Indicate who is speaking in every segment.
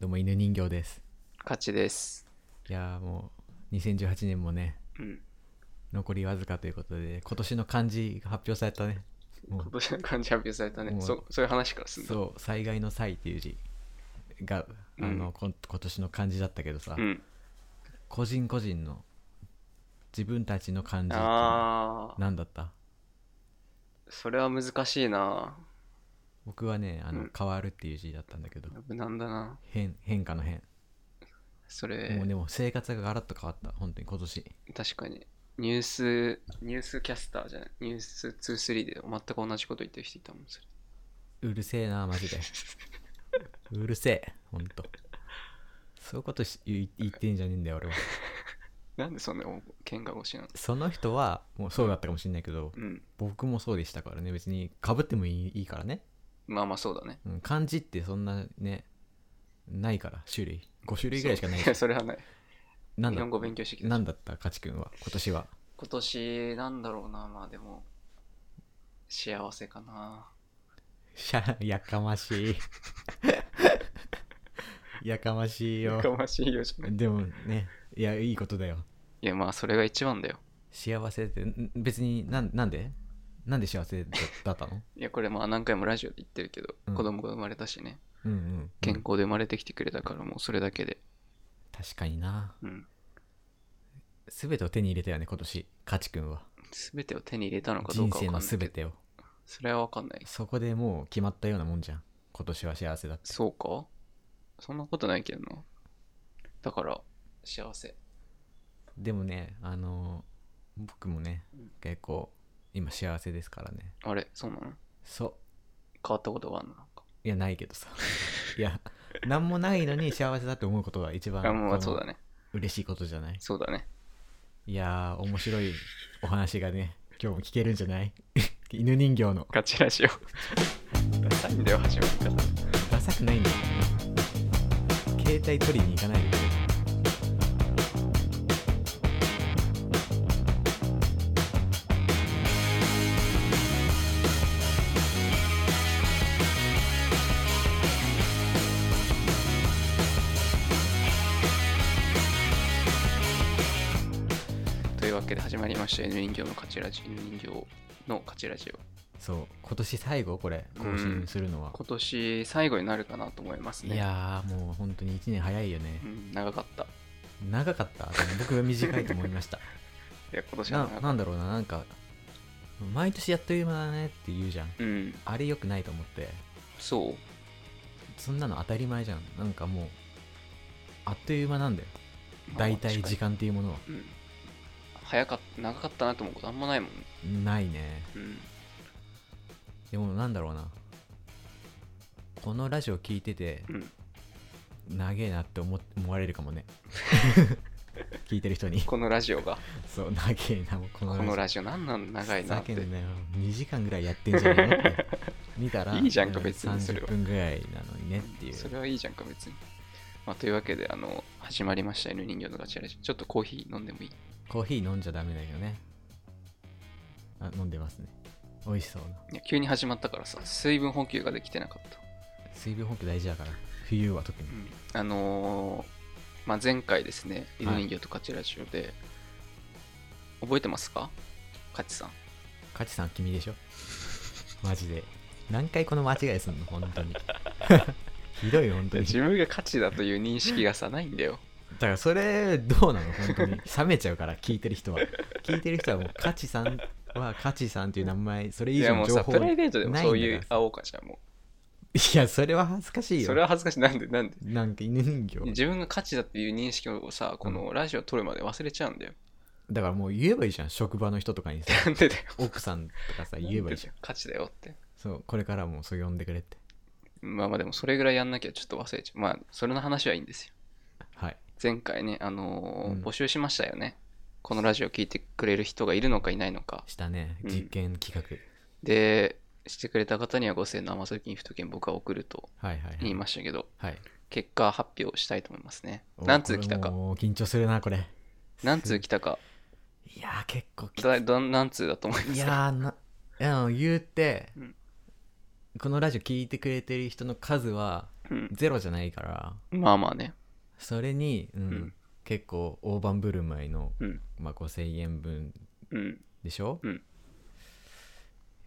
Speaker 1: どうも犬人形です
Speaker 2: 勝ちです。
Speaker 1: いやーもう2018年もね
Speaker 2: うん。
Speaker 1: 残りわずかということで今年の漢字が発表されたねも
Speaker 2: 今
Speaker 1: う
Speaker 2: 年の感じ発表された
Speaker 1: も
Speaker 2: ね
Speaker 1: う。
Speaker 2: そそういう話からすんだ。
Speaker 1: そう災害の「災」っていう字があの、こん今年の漢字だったけどさ、
Speaker 2: うん。
Speaker 1: 個人個人の自分たちの漢字っていうの
Speaker 2: ああ、
Speaker 1: 何だった
Speaker 2: それは難しいな。
Speaker 1: 僕はねあの、
Speaker 2: うん
Speaker 1: 変わるっていう字だったんだけど
Speaker 2: 無難だな。
Speaker 1: 変変化の変、
Speaker 2: そ
Speaker 1: も
Speaker 2: れ
Speaker 1: う、でも生活がガラッと変わった本当に今年
Speaker 2: 確かに。ニュース、ニュースキャスターじゃない。ニュース23で全く同じこと言ってる人いたもん。それ
Speaker 1: うるせえなマジで うるせえほんとそういうことし言い言ってんじゃねえんだよ俺は
Speaker 2: なんでそんなお喧嘩腰なの
Speaker 1: その人はもうそうだったかもしれないけど
Speaker 2: うん。
Speaker 1: 僕もそうでしたからね別にかぶってもいいいいからね、
Speaker 2: まあまあそうだね。
Speaker 1: うん、漢字ってそんなねないから種類5種類ぐらいしかない
Speaker 2: そう
Speaker 1: し
Speaker 2: やそれはない。
Speaker 1: なん
Speaker 2: 日
Speaker 1: だ
Speaker 2: 本語勉強してきたし。
Speaker 1: なんだったかちくんは今年は
Speaker 2: 今年、なんだろうな。まあでも、幸せかな。
Speaker 1: しゃやかま しいやかましい
Speaker 2: や
Speaker 1: よ
Speaker 2: かましいよじゃない。
Speaker 1: でもねいやいいことだよ
Speaker 2: いやまあそれが一番だよ。
Speaker 1: 幸せってん別になんなんでなんで幸せだだったの
Speaker 2: いやこれまあ何回もラジオで言ってるけど、
Speaker 1: うん
Speaker 2: 子供が生まれたしね
Speaker 1: うんうん
Speaker 2: 健康で生まれてきてくれたからもうそれだけで、
Speaker 1: 確かにな
Speaker 2: うん、
Speaker 1: 全てを手に入れたよね今年かちくんは
Speaker 2: 全てを手に入れたのかどう
Speaker 1: 人
Speaker 2: かわ
Speaker 1: 生
Speaker 2: かんな
Speaker 1: の
Speaker 2: いけ
Speaker 1: 全
Speaker 2: ど
Speaker 1: てを
Speaker 2: それはわかんない
Speaker 1: そこでもう決まったようなもんじゃん今年は幸せだって
Speaker 2: そうかそんなことないけどなだから幸せ
Speaker 1: でもねあのー僕もね
Speaker 2: うん
Speaker 1: 結構今幸せですからね
Speaker 2: あれそうなの
Speaker 1: そう
Speaker 2: 変わったことがあるのなんか
Speaker 1: いやないけど さいや何もないのに幸せだって思うことが一番
Speaker 2: あも
Speaker 1: こ
Speaker 2: う
Speaker 1: の
Speaker 2: そうだね
Speaker 1: 嬉しいことじゃない
Speaker 2: そうだね
Speaker 1: いやー面白いお話がね今日も聞けるんじゃない 犬人形の
Speaker 2: ガチラジオダサいんだよ始まり方
Speaker 1: ダサくないんだよ携帯取りに行かないでくれ
Speaker 2: というわけで始まりました犬人形のガチラジ犬人形のガチラジオ
Speaker 1: そう今年最後これ更新するのは、
Speaker 2: 今年最後になるかなと思いますね
Speaker 1: いやーもう本当に1年早いよね
Speaker 2: う、ん、長かった
Speaker 1: 長かったでも僕が短いと思いました
Speaker 2: いや今年は
Speaker 1: な
Speaker 2: 長かった
Speaker 1: なんだろうななんか毎年やっという間だねって言うじゃん
Speaker 2: うん、
Speaker 1: あれ良くないと思って
Speaker 2: そう。
Speaker 1: そんなの当たり前じゃんなんかもうあっという間なんだよ大体時
Speaker 2: 間。
Speaker 1: 間っていうものは
Speaker 2: うん。早かった、長かったなと思うことあんまないもん。
Speaker 1: ないね
Speaker 2: うん。
Speaker 1: でもなんだろうなこのラジオ聞いてて
Speaker 2: うん、
Speaker 1: 長えなって思思われるかも ね聞いてる人に
Speaker 2: このラジオが、
Speaker 1: そう長えなもうこの
Speaker 2: このラジオなんなん長いなっ
Speaker 1: ふざけ
Speaker 2: て。
Speaker 1: んなよ2時間ぐらいやってんじゃねえのって 見たら
Speaker 2: いいじゃんか別にそれ
Speaker 1: 30
Speaker 2: は
Speaker 1: 分ぐらいなのにねっていう
Speaker 2: それはいいじゃんか、別に。まあ、というわけで、あの、始まりました、犬人形のガチャラジオ。ちょっとコーヒー飲んでもいい
Speaker 1: コーヒー飲んじゃダメだけどねあ飲んでますね美味しそうない
Speaker 2: や急に始まったからさ、水分補給ができてなかった。
Speaker 1: 水分補給大事だから冬は特に
Speaker 2: うん。あのーまあ、前回ですね、犬
Speaker 1: はい
Speaker 2: 人形とガチャラジオで、覚えてますかカチさん。
Speaker 1: カチさん君 でしょマジで何回この間違いすんの本当 にひどい本当に
Speaker 2: 自分が価値だという認識 がさ、ないんだよ。
Speaker 1: だからそれどうなの本当に冷めちゃうから聞いてる人は聞いてる人はもうカチさんはカチさんという名前それ
Speaker 2: い
Speaker 1: 以
Speaker 2: や
Speaker 1: 上
Speaker 2: も
Speaker 1: の
Speaker 2: う
Speaker 1: 情
Speaker 2: さ、
Speaker 1: 報
Speaker 2: プライベートでもそうい
Speaker 1: な
Speaker 2: う
Speaker 1: いんだか
Speaker 2: 青かじゃんも
Speaker 1: らいやそれは恥ずかし
Speaker 2: う。
Speaker 1: いよ
Speaker 2: それは恥ずかしい。なんでなんで
Speaker 1: なんか犬人形
Speaker 2: 自分が価値だっていう認識をさ、このラジオ撮るまで忘れちゃうんだよ。
Speaker 1: だからもう言えばいいじゃん職場の人とかにさ
Speaker 2: なんでだよ。
Speaker 1: 奥さんとかさ言えばいいじゃん
Speaker 2: 価値だよって。
Speaker 1: そうこれからもそう呼んでくれって
Speaker 2: まあまあでもそれぐらいやんなきゃちょっと忘れちゃう。まあそれの話はいいんですよ。
Speaker 1: はい
Speaker 2: 前回ね、あのー
Speaker 1: うん
Speaker 2: 募集しましたよね。このラジオ聞いてくれる人がいるのかいないのか。
Speaker 1: したね
Speaker 2: うん
Speaker 1: 実験企画、
Speaker 2: で、してくれた方には5000円の甘さ金付と券僕は送ると
Speaker 1: はいはいは
Speaker 2: 言い
Speaker 1: い、
Speaker 2: ましたけど、
Speaker 1: はい、
Speaker 2: 結果発表したいと思いますね。
Speaker 1: お
Speaker 2: 何通来た
Speaker 1: これ
Speaker 2: か。
Speaker 1: もう緊張するなこれ
Speaker 2: 何通来たか。
Speaker 1: いやー結構きつ
Speaker 2: だどん何通だと思いま
Speaker 1: い
Speaker 2: す
Speaker 1: や
Speaker 2: か
Speaker 1: ーないや言うて、
Speaker 2: うん
Speaker 1: このラジオ聞いてくれてる人の数は
Speaker 2: うん。
Speaker 1: ゼロじゃないから
Speaker 2: まあまあね。
Speaker 1: それに、うん
Speaker 2: うん
Speaker 1: 結構大盤振る舞いの、
Speaker 2: うん。
Speaker 1: まあ、5,000円分
Speaker 2: うん。
Speaker 1: でしょ、
Speaker 2: うん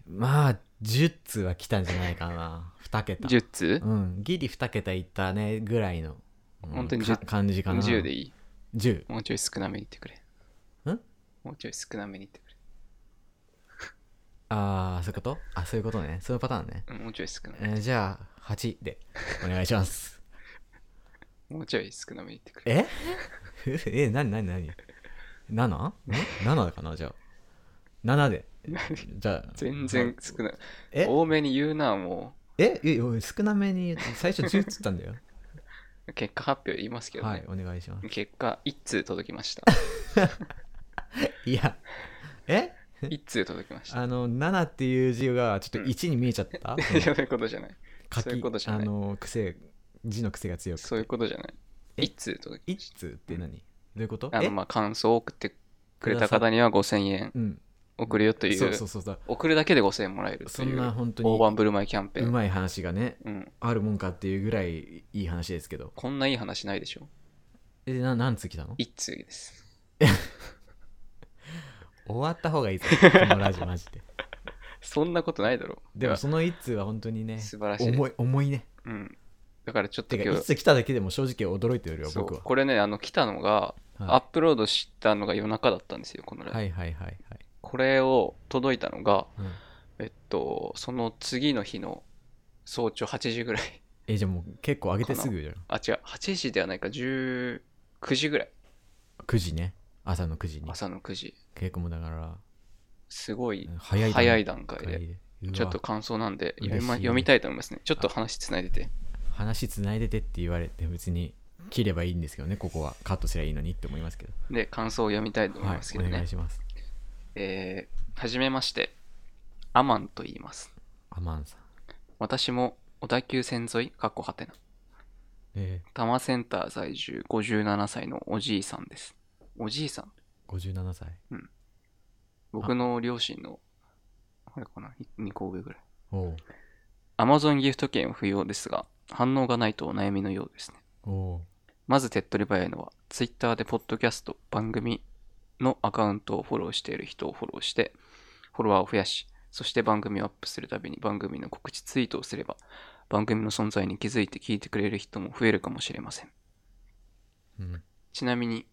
Speaker 1: まあ10通は来たんじゃないかな2桁
Speaker 2: 10通
Speaker 1: うんギリ2桁いったねぐらいの、うん
Speaker 2: 本当に
Speaker 1: か
Speaker 2: 10
Speaker 1: 感じかな
Speaker 2: ?10 でいい。
Speaker 1: 10
Speaker 2: もうちょい少なめに言ってくれ。
Speaker 1: ん
Speaker 2: もうちょい少なめに言ってく
Speaker 1: ああそういうことあそういうことねそういうパターンね、
Speaker 2: れ。うんもうちょい少なめ。
Speaker 1: えーじゃあ8でお願いします
Speaker 2: もうちょい少なめに言ってくれ。
Speaker 1: え え何何何 7?7 かなじゃあ7で じゃあ
Speaker 2: 全然少ない。
Speaker 1: え
Speaker 2: 多めに言うな、も
Speaker 1: えいやおい少なめに言って最初10っつったんだよ
Speaker 2: う。結果発表 言いますけど
Speaker 1: は
Speaker 2: ね
Speaker 1: い。お願いします
Speaker 2: 結果、1通届きま した。
Speaker 1: いや え
Speaker 2: 1通届きました。
Speaker 1: あの7っていう字がちょっ
Speaker 2: う
Speaker 1: と
Speaker 2: ん
Speaker 1: 1に見えちゃった、そ の
Speaker 2: いやそういうことじゃない。
Speaker 1: 書
Speaker 2: そういうことじ
Speaker 1: き
Speaker 2: ゃ
Speaker 1: あ
Speaker 2: ない
Speaker 1: の癖字の癖が強く
Speaker 2: そういうことじゃない。
Speaker 1: え
Speaker 2: 1通届き
Speaker 1: 一通って何、どういうこと
Speaker 2: あ
Speaker 1: え
Speaker 2: の、まあ、感想を送ってくれた
Speaker 1: くださ
Speaker 2: 方には5000円
Speaker 1: うん
Speaker 2: 送るよという、
Speaker 1: そうそうそうそう
Speaker 2: 送るだけで5000円もらえると
Speaker 1: そ
Speaker 2: い
Speaker 1: んな
Speaker 2: う、
Speaker 1: 本当
Speaker 2: 大
Speaker 1: に
Speaker 2: 盤振る舞いキャンペー
Speaker 1: う
Speaker 2: ン。
Speaker 1: まい話がね
Speaker 2: うん、
Speaker 1: あるもんかっていうぐらいいい話ですけど
Speaker 2: こんないい話ないでしょ。
Speaker 1: えな何通来たの
Speaker 2: 1通です。
Speaker 1: 終わった方がいい ぞこのラジオマジで
Speaker 2: そんなことないだろう。
Speaker 1: でもその一通は本当にね
Speaker 2: 素晴らしい
Speaker 1: 重い重いね
Speaker 2: うん。だからちょっ
Speaker 1: て
Speaker 2: と
Speaker 1: か
Speaker 2: 今
Speaker 1: 一
Speaker 2: 日、
Speaker 1: 通来ただけでも正直驚いてるよ
Speaker 2: そう
Speaker 1: 僕は
Speaker 2: これね、あの、来たのが、アッ
Speaker 1: は
Speaker 2: プロードしたのが夜中だったんですよ、この
Speaker 1: い、
Speaker 2: ライブ
Speaker 1: はいはいはいはい
Speaker 2: これを届いたのが、
Speaker 1: うん
Speaker 2: えっと、その次の日の早朝8時ぐらい。
Speaker 1: えじゃあもう結構上げてすぐじゃん
Speaker 2: あ、違う、8時ではないか、19時ぐらい。
Speaker 1: 9時ね朝の9時に
Speaker 2: 朝の9時。
Speaker 1: 結構もうだから
Speaker 2: すごい
Speaker 1: 早い段階
Speaker 2: 早い段階で。
Speaker 1: うわ
Speaker 2: ちょっと感想なんで読み,、
Speaker 1: 嬉しい
Speaker 2: 読みたいと思いますね。ちょっと話つないでて。
Speaker 1: 話つないでてって言われて別に切ればいいんですけどねここはカットすりゃいいのにって思いますけど
Speaker 2: で、感想を読みたいと思い
Speaker 1: はい
Speaker 2: ますけど
Speaker 1: お
Speaker 2: ね。
Speaker 1: 願いします
Speaker 2: えーはじめまして。アマンと言います。
Speaker 1: アマンさん
Speaker 2: 私も小田急線沿い、かっこはてな。
Speaker 1: え
Speaker 2: 多摩センター在住57歳のおじいさんです。おじいさん
Speaker 1: ー、57歳
Speaker 2: 僕の両親の、あれかな、2個上ぐらい。
Speaker 1: おお
Speaker 2: Amazon ギフト券不要ですが、反応がないとお悩みのようですね。
Speaker 1: おお
Speaker 2: まず手っ取り早いのは、Twitter でポッドキャスト、番組のアカウントをフォローしている人をフォローして、フォロワーを増やし、そして番組をアップするたびに番組の告知ツイートをすれば、番組の存在に気づいて聞いてくれる人も増えるかもしれません。
Speaker 1: ーうん
Speaker 2: ちなみに、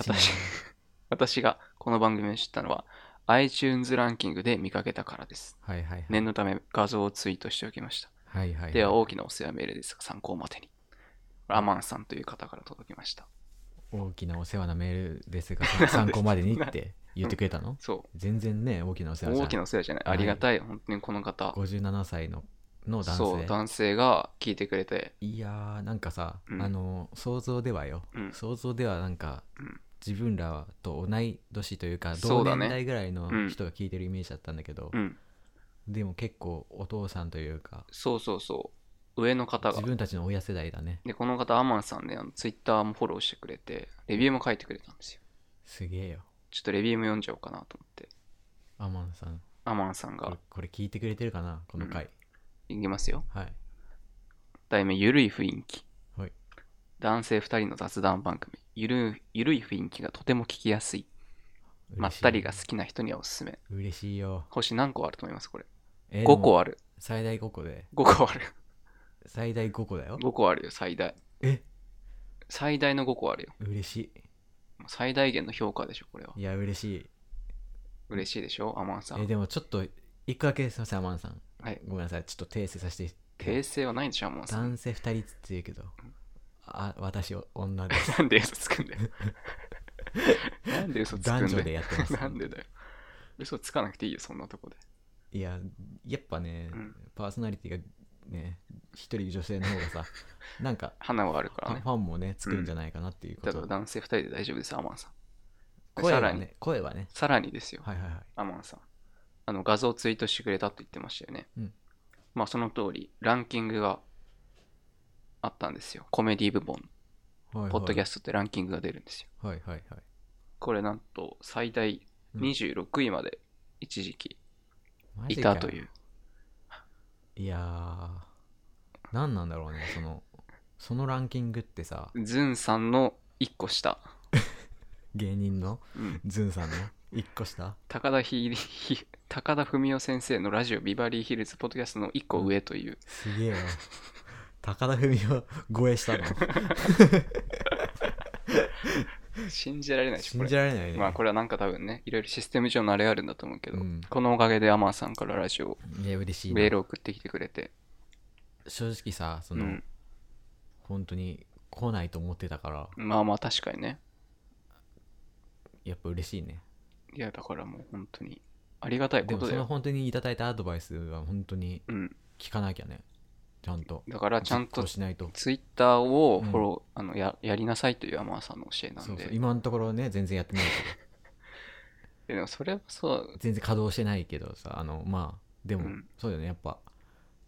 Speaker 1: ちなみに
Speaker 2: 私、 私がこの番組を知ったのは、iTunes ランキングで見かけたからです。
Speaker 1: はいはいはい、
Speaker 2: 念のため画像をツイートしておきました。
Speaker 1: はいはい
Speaker 2: では大きなお世話メールですが、参考までに。アマンさんという方から届きました。
Speaker 1: 大きなお世話なメールですが 参考までにって言ってくれたの
Speaker 2: そ
Speaker 1: 全然ね大きなお世話
Speaker 2: う、
Speaker 1: じゃん
Speaker 2: 大きなお世話じゃない。
Speaker 1: はい
Speaker 2: ありがたい、本当にこの方。
Speaker 1: 57歳のの男性
Speaker 2: そう、男性が聞いてくれて、
Speaker 1: いやーなんかさ、
Speaker 2: うん
Speaker 1: あの想像ではよ、
Speaker 2: うん
Speaker 1: 想像ではなんか、
Speaker 2: うん
Speaker 1: 自分らと同い年というか
Speaker 2: そ
Speaker 1: 同
Speaker 2: うだ
Speaker 1: 年
Speaker 2: ね
Speaker 1: 代ぐらいの
Speaker 2: うん
Speaker 1: 人が聞いてるイメージだったんだけど、
Speaker 2: うん、
Speaker 1: でも結構お父さんというか
Speaker 2: そうそうそう、上の方が
Speaker 1: 自。分たちの親世代だね
Speaker 2: で、この方、アマンさんね、あのツイッターもフォローしてくれて、レビューも書いてくれたんですよ。
Speaker 1: すげえよ
Speaker 2: ちょっとレビューも読んじゃおうかなと思って。
Speaker 1: アマンさん
Speaker 2: アマンさん
Speaker 1: これ
Speaker 2: が、
Speaker 1: これ聞いてくれてるかなこの回、
Speaker 2: いきますよ。
Speaker 1: はい
Speaker 2: 題名、ゆるい雰囲気。
Speaker 1: はい
Speaker 2: 男性2人の雑談番組。ゆるゆるい雰囲気がとても聞きやすい。
Speaker 1: 嬉しい
Speaker 2: まったりが好きな人にはおすすめ。
Speaker 1: 嬉しいよ、
Speaker 2: 星何個あると思いますこれ。
Speaker 1: え
Speaker 2: 5個
Speaker 1: あ
Speaker 2: ある。
Speaker 1: 最大5個で
Speaker 2: 5個ある。
Speaker 1: 最大5個だよ
Speaker 2: 5個あるよ、最大。
Speaker 1: え
Speaker 2: 最大の5個あるよ。
Speaker 1: 嬉し
Speaker 2: 最大限の評価でしょ、これは。
Speaker 1: いいや嬉しい
Speaker 2: 嬉しいでしょ、アマンさ
Speaker 1: え
Speaker 2: ん。
Speaker 1: でもちょっと一個だけすいませんアマンさん
Speaker 2: はい。
Speaker 1: ごめんなさいちょっと訂正させて
Speaker 2: 訂正はないんでしょ、アマンさん。
Speaker 1: 男性2人っつって言うけどあ私女です
Speaker 2: なんで嘘つく んだよ。なんで 嘘つくんだよ。
Speaker 1: 男女でやってます
Speaker 2: なんでだよ。嘘つかなくていいよ、そんなとこで。
Speaker 1: いややっぱね、
Speaker 2: うん
Speaker 1: パーソナリティがね一人女性の方がさ なんか
Speaker 2: 花はあるか
Speaker 1: フ
Speaker 2: ら
Speaker 1: ァ
Speaker 2: ね
Speaker 1: フ。ァンもねつくんじゃないかなっていうこ
Speaker 2: だ
Speaker 1: と、
Speaker 2: から男性2人で大丈夫です、アマンさん。
Speaker 1: 声
Speaker 2: さら
Speaker 1: は
Speaker 2: に
Speaker 1: ね、声はね
Speaker 2: さらにですよ、
Speaker 1: はいはいはい
Speaker 2: アマンさん。あの画像をツイートしてくれたって言ってましたよね。
Speaker 1: うん
Speaker 2: まあその通り、ランキングがあったんですよ。コメディ部門。
Speaker 1: はいはい
Speaker 2: ポッドキャストってランキングが出るんですよ。
Speaker 1: はいはいはい
Speaker 2: これなんと最大26位まで一時期
Speaker 1: マジ
Speaker 2: い
Speaker 1: かよ
Speaker 2: たという。
Speaker 1: いやー何なんだろうねそのそのランキングってさ
Speaker 2: ズンさんの1個下。
Speaker 1: 芸人の
Speaker 2: うん
Speaker 1: ズンさんの一個下
Speaker 2: 高田ひり ひ高田文夫先生のラジオビバリーヒルズポッドキャストの1個上という、
Speaker 1: すげえよ高田文夫超えしたの
Speaker 2: 信じられないでしょ
Speaker 1: 信
Speaker 2: これ
Speaker 1: じられないね、
Speaker 2: まあこれはなんか多分ねいろいろシステム上のあれあるんだと思うけど、
Speaker 1: うん
Speaker 2: このおかげでアマンさんからラジオ
Speaker 1: いや嬉しいな
Speaker 2: メール送ってきてくれて
Speaker 1: 正直さその、
Speaker 2: うん
Speaker 1: 本当に来ないと思ってたから
Speaker 2: まあまあ確かにね
Speaker 1: やっぱ嬉しいね
Speaker 2: いやだからもう本当にありがたい
Speaker 1: で
Speaker 2: こ
Speaker 1: も
Speaker 2: と
Speaker 1: そ
Speaker 2: だ
Speaker 1: の
Speaker 2: よ、
Speaker 1: 本当にいただいたアドバイスは本当に
Speaker 2: うん、
Speaker 1: 聞かなきゃねちゃんと
Speaker 2: だからちゃん
Speaker 1: 実
Speaker 2: と
Speaker 1: 行しないと
Speaker 2: ツイッターをフォロー、あのややりなさいというアマンさんの教えなんで
Speaker 1: そうそう今のところね全然やってないけど
Speaker 2: ででもそれはそう
Speaker 1: 全然稼働してないけどさあのまあでも、
Speaker 2: うん
Speaker 1: そうだよねやっぱ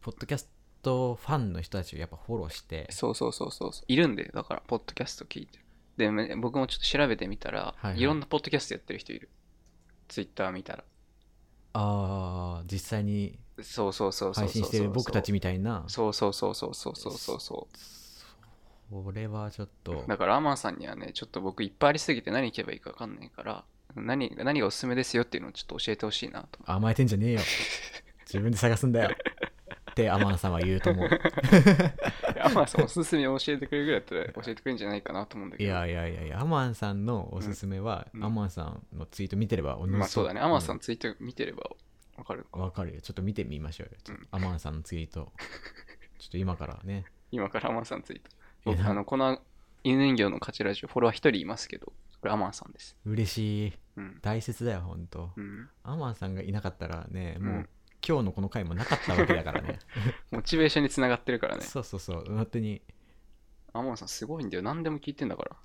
Speaker 1: ポッドキャストファンの人たちをやっぱフォローして
Speaker 2: そうそうそうそうそういるんでだからポッドキャスト聞いてるでめ僕もちょっと調べてみた
Speaker 1: は
Speaker 2: ら、
Speaker 1: い
Speaker 2: い
Speaker 1: はい
Speaker 2: ろんなポッドキャストやってる人いるツイッター見たら
Speaker 1: ああ実際に
Speaker 2: そうそうそうそうそう
Speaker 1: 配信してる僕たちみたいな
Speaker 2: そうそうそうそうそうそうそうそ
Speaker 1: それはちょっと
Speaker 2: うだからアマンさんにはねちょっと僕いっぱいありすぎて何聞けばいいか分かんないから何何がおすすめですよっていうのをちょっと教えてほしいな と
Speaker 1: 甘えてんじゃねえよ自分で探すんだよってアマンさんは言うと 思う
Speaker 2: いやアマンさんおすすめを教えてくれるぐらいだったら教えてくれるんじゃないかなと思うんだ
Speaker 1: い
Speaker 2: けど
Speaker 1: やいやいやいやアマンさんのおすすめは、
Speaker 2: うん
Speaker 1: アマンさんのツイート見てれば同じ
Speaker 2: まあそうだねアマンさん
Speaker 1: う
Speaker 2: ツイート見てれば分かる
Speaker 1: わかるよちょっと見てみましょうよちょっと
Speaker 2: う
Speaker 1: ア
Speaker 2: ん
Speaker 1: マンさんのツイートちょっと今からね
Speaker 2: 今からアマンさんツイート
Speaker 1: い
Speaker 2: 僕
Speaker 1: や
Speaker 2: あのこの犬人形の勝ちラジオフォロワー1人いますけどこれアマンさんです
Speaker 1: 嬉しい
Speaker 2: うん
Speaker 1: 大切だよほんと
Speaker 2: うん
Speaker 1: アマンさんがいなかったらねもう、
Speaker 2: うん
Speaker 1: 今日のこの回もなかったわけだから ね
Speaker 2: モチベーションにつながってるからね
Speaker 1: そうそうそう本当に
Speaker 2: アマンさんすごいんだよ何でも聞いてんだから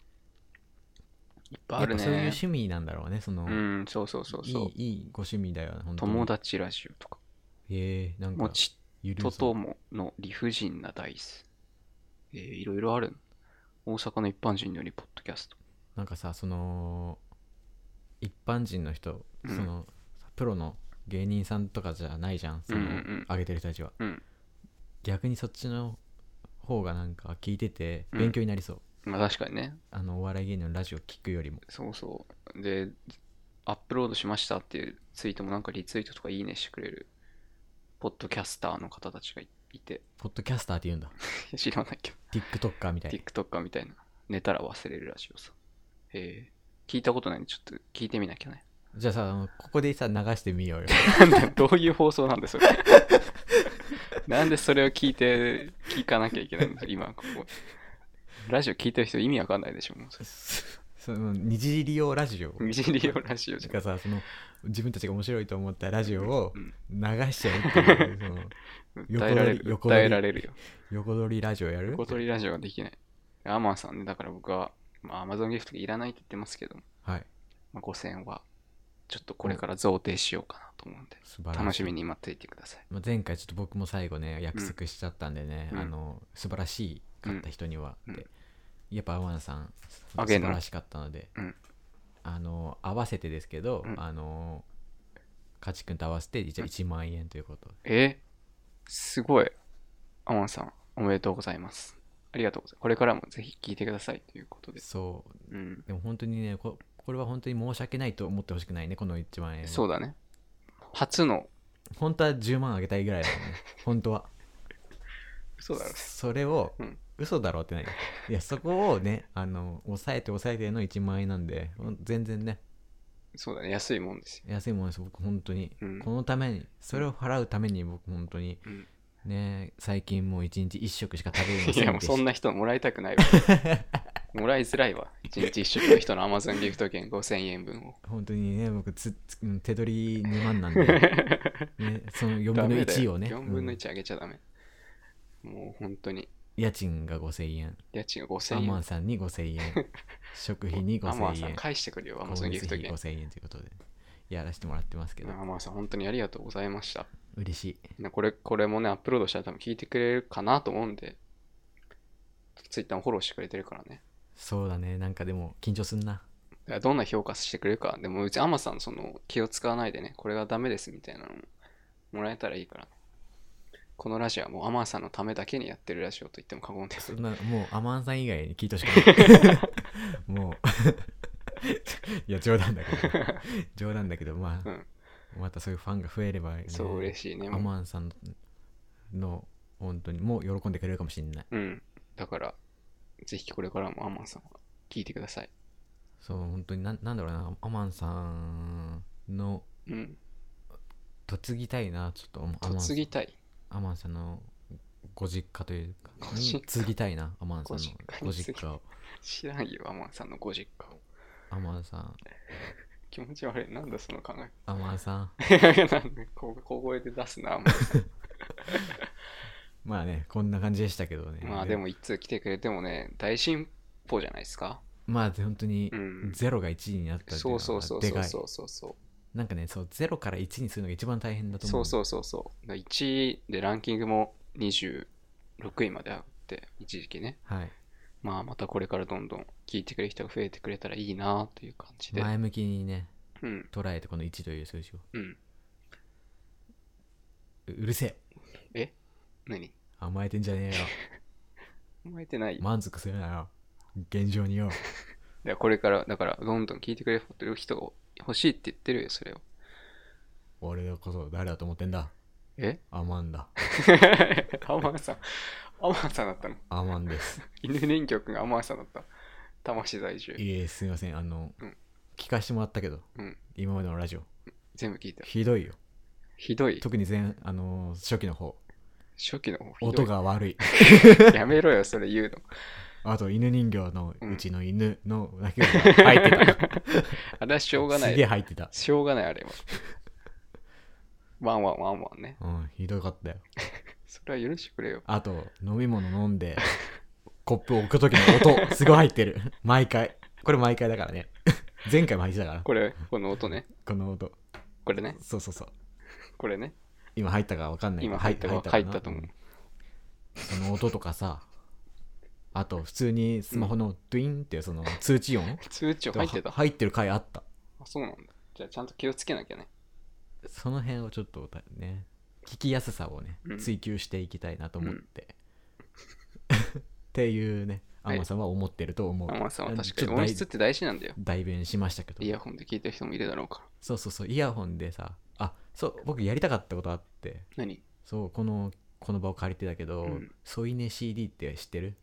Speaker 2: いっぱい
Speaker 1: や
Speaker 2: あ
Speaker 1: っ
Speaker 2: る
Speaker 1: ぱそういう
Speaker 2: ね
Speaker 1: 趣味なんだろうねその、
Speaker 2: うんそうそうそうそう
Speaker 1: いいいいご趣味だよね本当に
Speaker 2: 友達ラジオとか
Speaker 1: へえなん
Speaker 2: も
Speaker 1: か
Speaker 2: ち
Speaker 1: ゆる
Speaker 2: と
Speaker 1: そ
Speaker 2: と
Speaker 1: う
Speaker 2: もの理不尽なダイスえーいろいろある大阪の一般人よりポッドキャスト
Speaker 1: なんかさその一般人の人、
Speaker 2: うん
Speaker 1: そのプロの芸人さんとかじゃないじゃんその、
Speaker 2: うんうんうん
Speaker 1: 上げてる人たちは
Speaker 2: うん
Speaker 1: 逆にそっちの方がなんか聞いてて
Speaker 2: うん
Speaker 1: 勉強になりそう、
Speaker 2: まあ確かにね
Speaker 1: あのお笑い芸人のラジオ聞くよりも
Speaker 2: そうそうでアップロードしましたっていうツイートもなんかリツイートとかいいねしてくれるポッドキャスターの方たちがいいて
Speaker 1: ポッドキャスターって言うんだ
Speaker 2: 知らないけど
Speaker 1: TikToker みたいな
Speaker 2: TikToker みたいな寝たら忘れるラジオさえー、聞いたことないんでちょっと聞いてみなきゃね
Speaker 1: じゃあさあのここでさ流してみよう よ
Speaker 2: なんだどういう放送なんでそれ なんでそれを聞いて聞かなきゃいけないんです今ここラジオ聞いてる人意味わかんないでしょもうそれ
Speaker 1: その二次利用ラジオ
Speaker 2: ミジリオラジオじゃん
Speaker 1: がさその自分たちが面白いと思ったラジオを
Speaker 2: うん
Speaker 1: 流しちゃうっていう、その
Speaker 2: 訴えられる
Speaker 1: 横
Speaker 2: 訴
Speaker 1: 取り
Speaker 2: えられるよ
Speaker 1: 横取りラジオやる
Speaker 2: 小鳥ラジオができない。アマンさんね、だから僕は、まあ、Amazon ギフトいらないって言ってますけど、
Speaker 1: はい
Speaker 2: まあ、5000円は、ちょっとこれから贈呈しようかなと思うんで、
Speaker 1: 素晴らしい
Speaker 2: 楽しみに待っていてください。
Speaker 1: まあ、前回ちょっと僕も最後ね約束しちゃったんでね、
Speaker 2: うん
Speaker 1: あの素晴らしかった人には、
Speaker 2: うん
Speaker 1: でやっぱ天野さん
Speaker 2: あ
Speaker 1: 素
Speaker 2: げ
Speaker 1: 晴
Speaker 2: んの
Speaker 1: らしかったので、
Speaker 2: うん
Speaker 1: あの合わせてですけど、
Speaker 2: うん
Speaker 1: あのかちくんと合わせてじゃあ1万円ということ、
Speaker 2: えーすごい。アマンさん、おめでとうございます。ありがとうございます。これからもぜひ聞いてくださいということです。
Speaker 1: そう
Speaker 2: うん。
Speaker 1: でも本当にねここれは本当に申し訳ないと思ってほしくないねこの1万円は
Speaker 2: そうだね。初の、
Speaker 1: 本当は10万あげたいぐらい だよね本当は
Speaker 2: そうだろう。
Speaker 1: それを、
Speaker 2: うん
Speaker 1: 嘘だろってないいやそこをねあの抑えて抑えての1万円なんでほん全然ね
Speaker 2: そうだね。安いもんですよ。
Speaker 1: 安いものです僕本当に、
Speaker 2: うん
Speaker 1: このためにそれを払うために僕本当に、
Speaker 2: うん
Speaker 1: ね最近もう一日一食しか食べれま
Speaker 2: い
Speaker 1: せ
Speaker 2: や、
Speaker 1: ん
Speaker 2: もう
Speaker 1: で
Speaker 2: そん
Speaker 1: し
Speaker 2: な人もらいたくない わ。もらいづらいわ。1日1食の人の Amazon ギフト券5000円分 を。
Speaker 1: た本当にね僕つつうん手取り2万なん で、ね、その4
Speaker 2: ダ
Speaker 1: 分の
Speaker 2: メだ
Speaker 1: 1
Speaker 2: よ
Speaker 1: をね、
Speaker 2: 4分の
Speaker 1: うん
Speaker 2: 1上げちゃダメ。もう本当に、
Speaker 1: 家賃が5000円
Speaker 2: 家賃が
Speaker 1: ア
Speaker 2: 5000円。
Speaker 1: マンさんに5000円 食費に
Speaker 2: アマン
Speaker 1: 5000
Speaker 2: さん
Speaker 1: 円
Speaker 2: 返してくれよ、アマン
Speaker 1: 光
Speaker 2: さんギ
Speaker 1: 熱
Speaker 2: フト
Speaker 1: 費
Speaker 2: 券。
Speaker 1: 5000円ということでやらせてもらってますけど、
Speaker 2: アマンさん、本当にありがとうございました。
Speaker 1: 嬉しい
Speaker 2: なこれこれもね、アップロードしたら多分聞いてくれるかなと思うんで、ツイッターもフォローしてくれてるからね。
Speaker 1: そうだねなんかでも緊張すんな
Speaker 2: だからどんな評価してくれるか、でもうちアマンさん、その気を使わないでね、これがダメですみたいなのももらえたらいいからね。このラジオはもうアマンさんのためだけにやってるラジオと言っても過言です
Speaker 1: そ。んなもうアマンさん以外に聞いてほしく ないもう いや冗談だけど冗談だけどまあ、
Speaker 2: うん
Speaker 1: またそういうファンが増えれば、ね、
Speaker 2: そう嬉しいね。
Speaker 1: アマンさんの本当にもう喜んでくれるかもしれない
Speaker 2: うん。だから、ぜひこれからもアマンさんは聞いてください。
Speaker 1: そう本当になんなんだろうなアマンさんの
Speaker 2: うん。
Speaker 1: 嫁ぎたいなちょっとアマンさん
Speaker 2: 嫁ぎたい。
Speaker 1: アマンさんのご実家というか
Speaker 2: ご実家
Speaker 1: に継ぎたいなアマンさんのご
Speaker 2: ご実家に継ぎ
Speaker 1: 実家を
Speaker 2: 知らんよ、アマンさんのご実家を。
Speaker 1: アマンさん
Speaker 2: 気持ち悪い。なんだその考え。
Speaker 1: アマンさん
Speaker 2: なんでこう小声で出すな、アマン さ
Speaker 1: まあねこんな感じでしたけどね
Speaker 2: んまあでも、一通来てくれてもね、大進歩じゃないですか。
Speaker 1: まあ本当に
Speaker 2: うん
Speaker 1: 0が1になったってい
Speaker 2: そううそうそ
Speaker 1: の
Speaker 2: う
Speaker 1: がで
Speaker 2: そう
Speaker 1: かい
Speaker 2: そうそうそう。
Speaker 1: なんかねそう0から1にするのが一番大変だと思
Speaker 2: そううそうそうそう。だから1位でランキングも26位まであって、一時期ね。
Speaker 1: はい
Speaker 2: まあまたこれからどんどん聞いてくれる人が増えてくれたらいいなという感じで。
Speaker 1: 前向きにね
Speaker 2: うん、
Speaker 1: 捉えてこの1という数字を
Speaker 2: うん。
Speaker 1: ううるせえ
Speaker 2: え何
Speaker 1: 甘えてんじゃ ねえよ
Speaker 2: 思えてない。
Speaker 1: 満足するなよ現状によ
Speaker 2: だからこれから、だからどんどん聞いてくれる人が欲しいって言ってるよ、それを。
Speaker 1: 俺のこと誰だと思ってんだ
Speaker 2: え
Speaker 1: アマンだ
Speaker 2: アマンさん、アマンさんだったの
Speaker 1: アマンです
Speaker 2: 犬人形くんがアマンさんだった。魂在住。
Speaker 1: いえすみませんあの、
Speaker 2: うん
Speaker 1: 聞かしてもらったけど
Speaker 2: うん、
Speaker 1: 今までのラジオ
Speaker 2: 全部聞いた。
Speaker 1: ひどいよ
Speaker 2: ひどい。
Speaker 1: 特に前あのー初期の方
Speaker 2: 初期の方ひどい
Speaker 1: 音。が悪 い
Speaker 2: やめろよ、それ言うの。
Speaker 1: あと犬人形のうちの犬のだけが入って た、
Speaker 2: あれはしょうがな
Speaker 1: すげえ
Speaker 2: い。
Speaker 1: 入ってた、
Speaker 2: しょうがない、あれは。ワンワンワンワンね。
Speaker 1: うん、ひどかったよ
Speaker 2: それは許してくれよ。
Speaker 1: あと飲み物飲ん でコップを置く時の音すごい入ってる毎回これ毎回だから ね前回も入ってたから
Speaker 2: これ、この音ね。
Speaker 1: この音
Speaker 2: これね。
Speaker 1: そうそうそう
Speaker 2: これね。
Speaker 1: 今入ったかわかんないけど
Speaker 2: 今入ったか入ったと思う。
Speaker 1: その音とかさあと普通にスマホのドゥインっていうその通知音
Speaker 2: 通知入ってた。あ
Speaker 1: 入ってる回あった
Speaker 2: そうなんだ。じゃあちゃんと気をつけなきゃね。
Speaker 1: その辺をちょっとね聞きやすさをね
Speaker 2: うん
Speaker 1: 追求していきたいなと思って、 っていうね
Speaker 2: は
Speaker 1: ア
Speaker 2: い
Speaker 1: ンマさんは思ってると思う、
Speaker 2: アマンさんは確
Speaker 1: ち
Speaker 2: か
Speaker 1: ょっと代
Speaker 2: に音質って大事なんだよ。
Speaker 1: 代弁しましたけど
Speaker 2: イヤホンで聞いてる人もいるだろうから。
Speaker 1: そうそうそうイヤホンでさあそう僕やりたかったことあって
Speaker 2: 何
Speaker 1: そうこのこの場を借りてたけど、
Speaker 2: うん
Speaker 1: 添い寝 CD って知ってる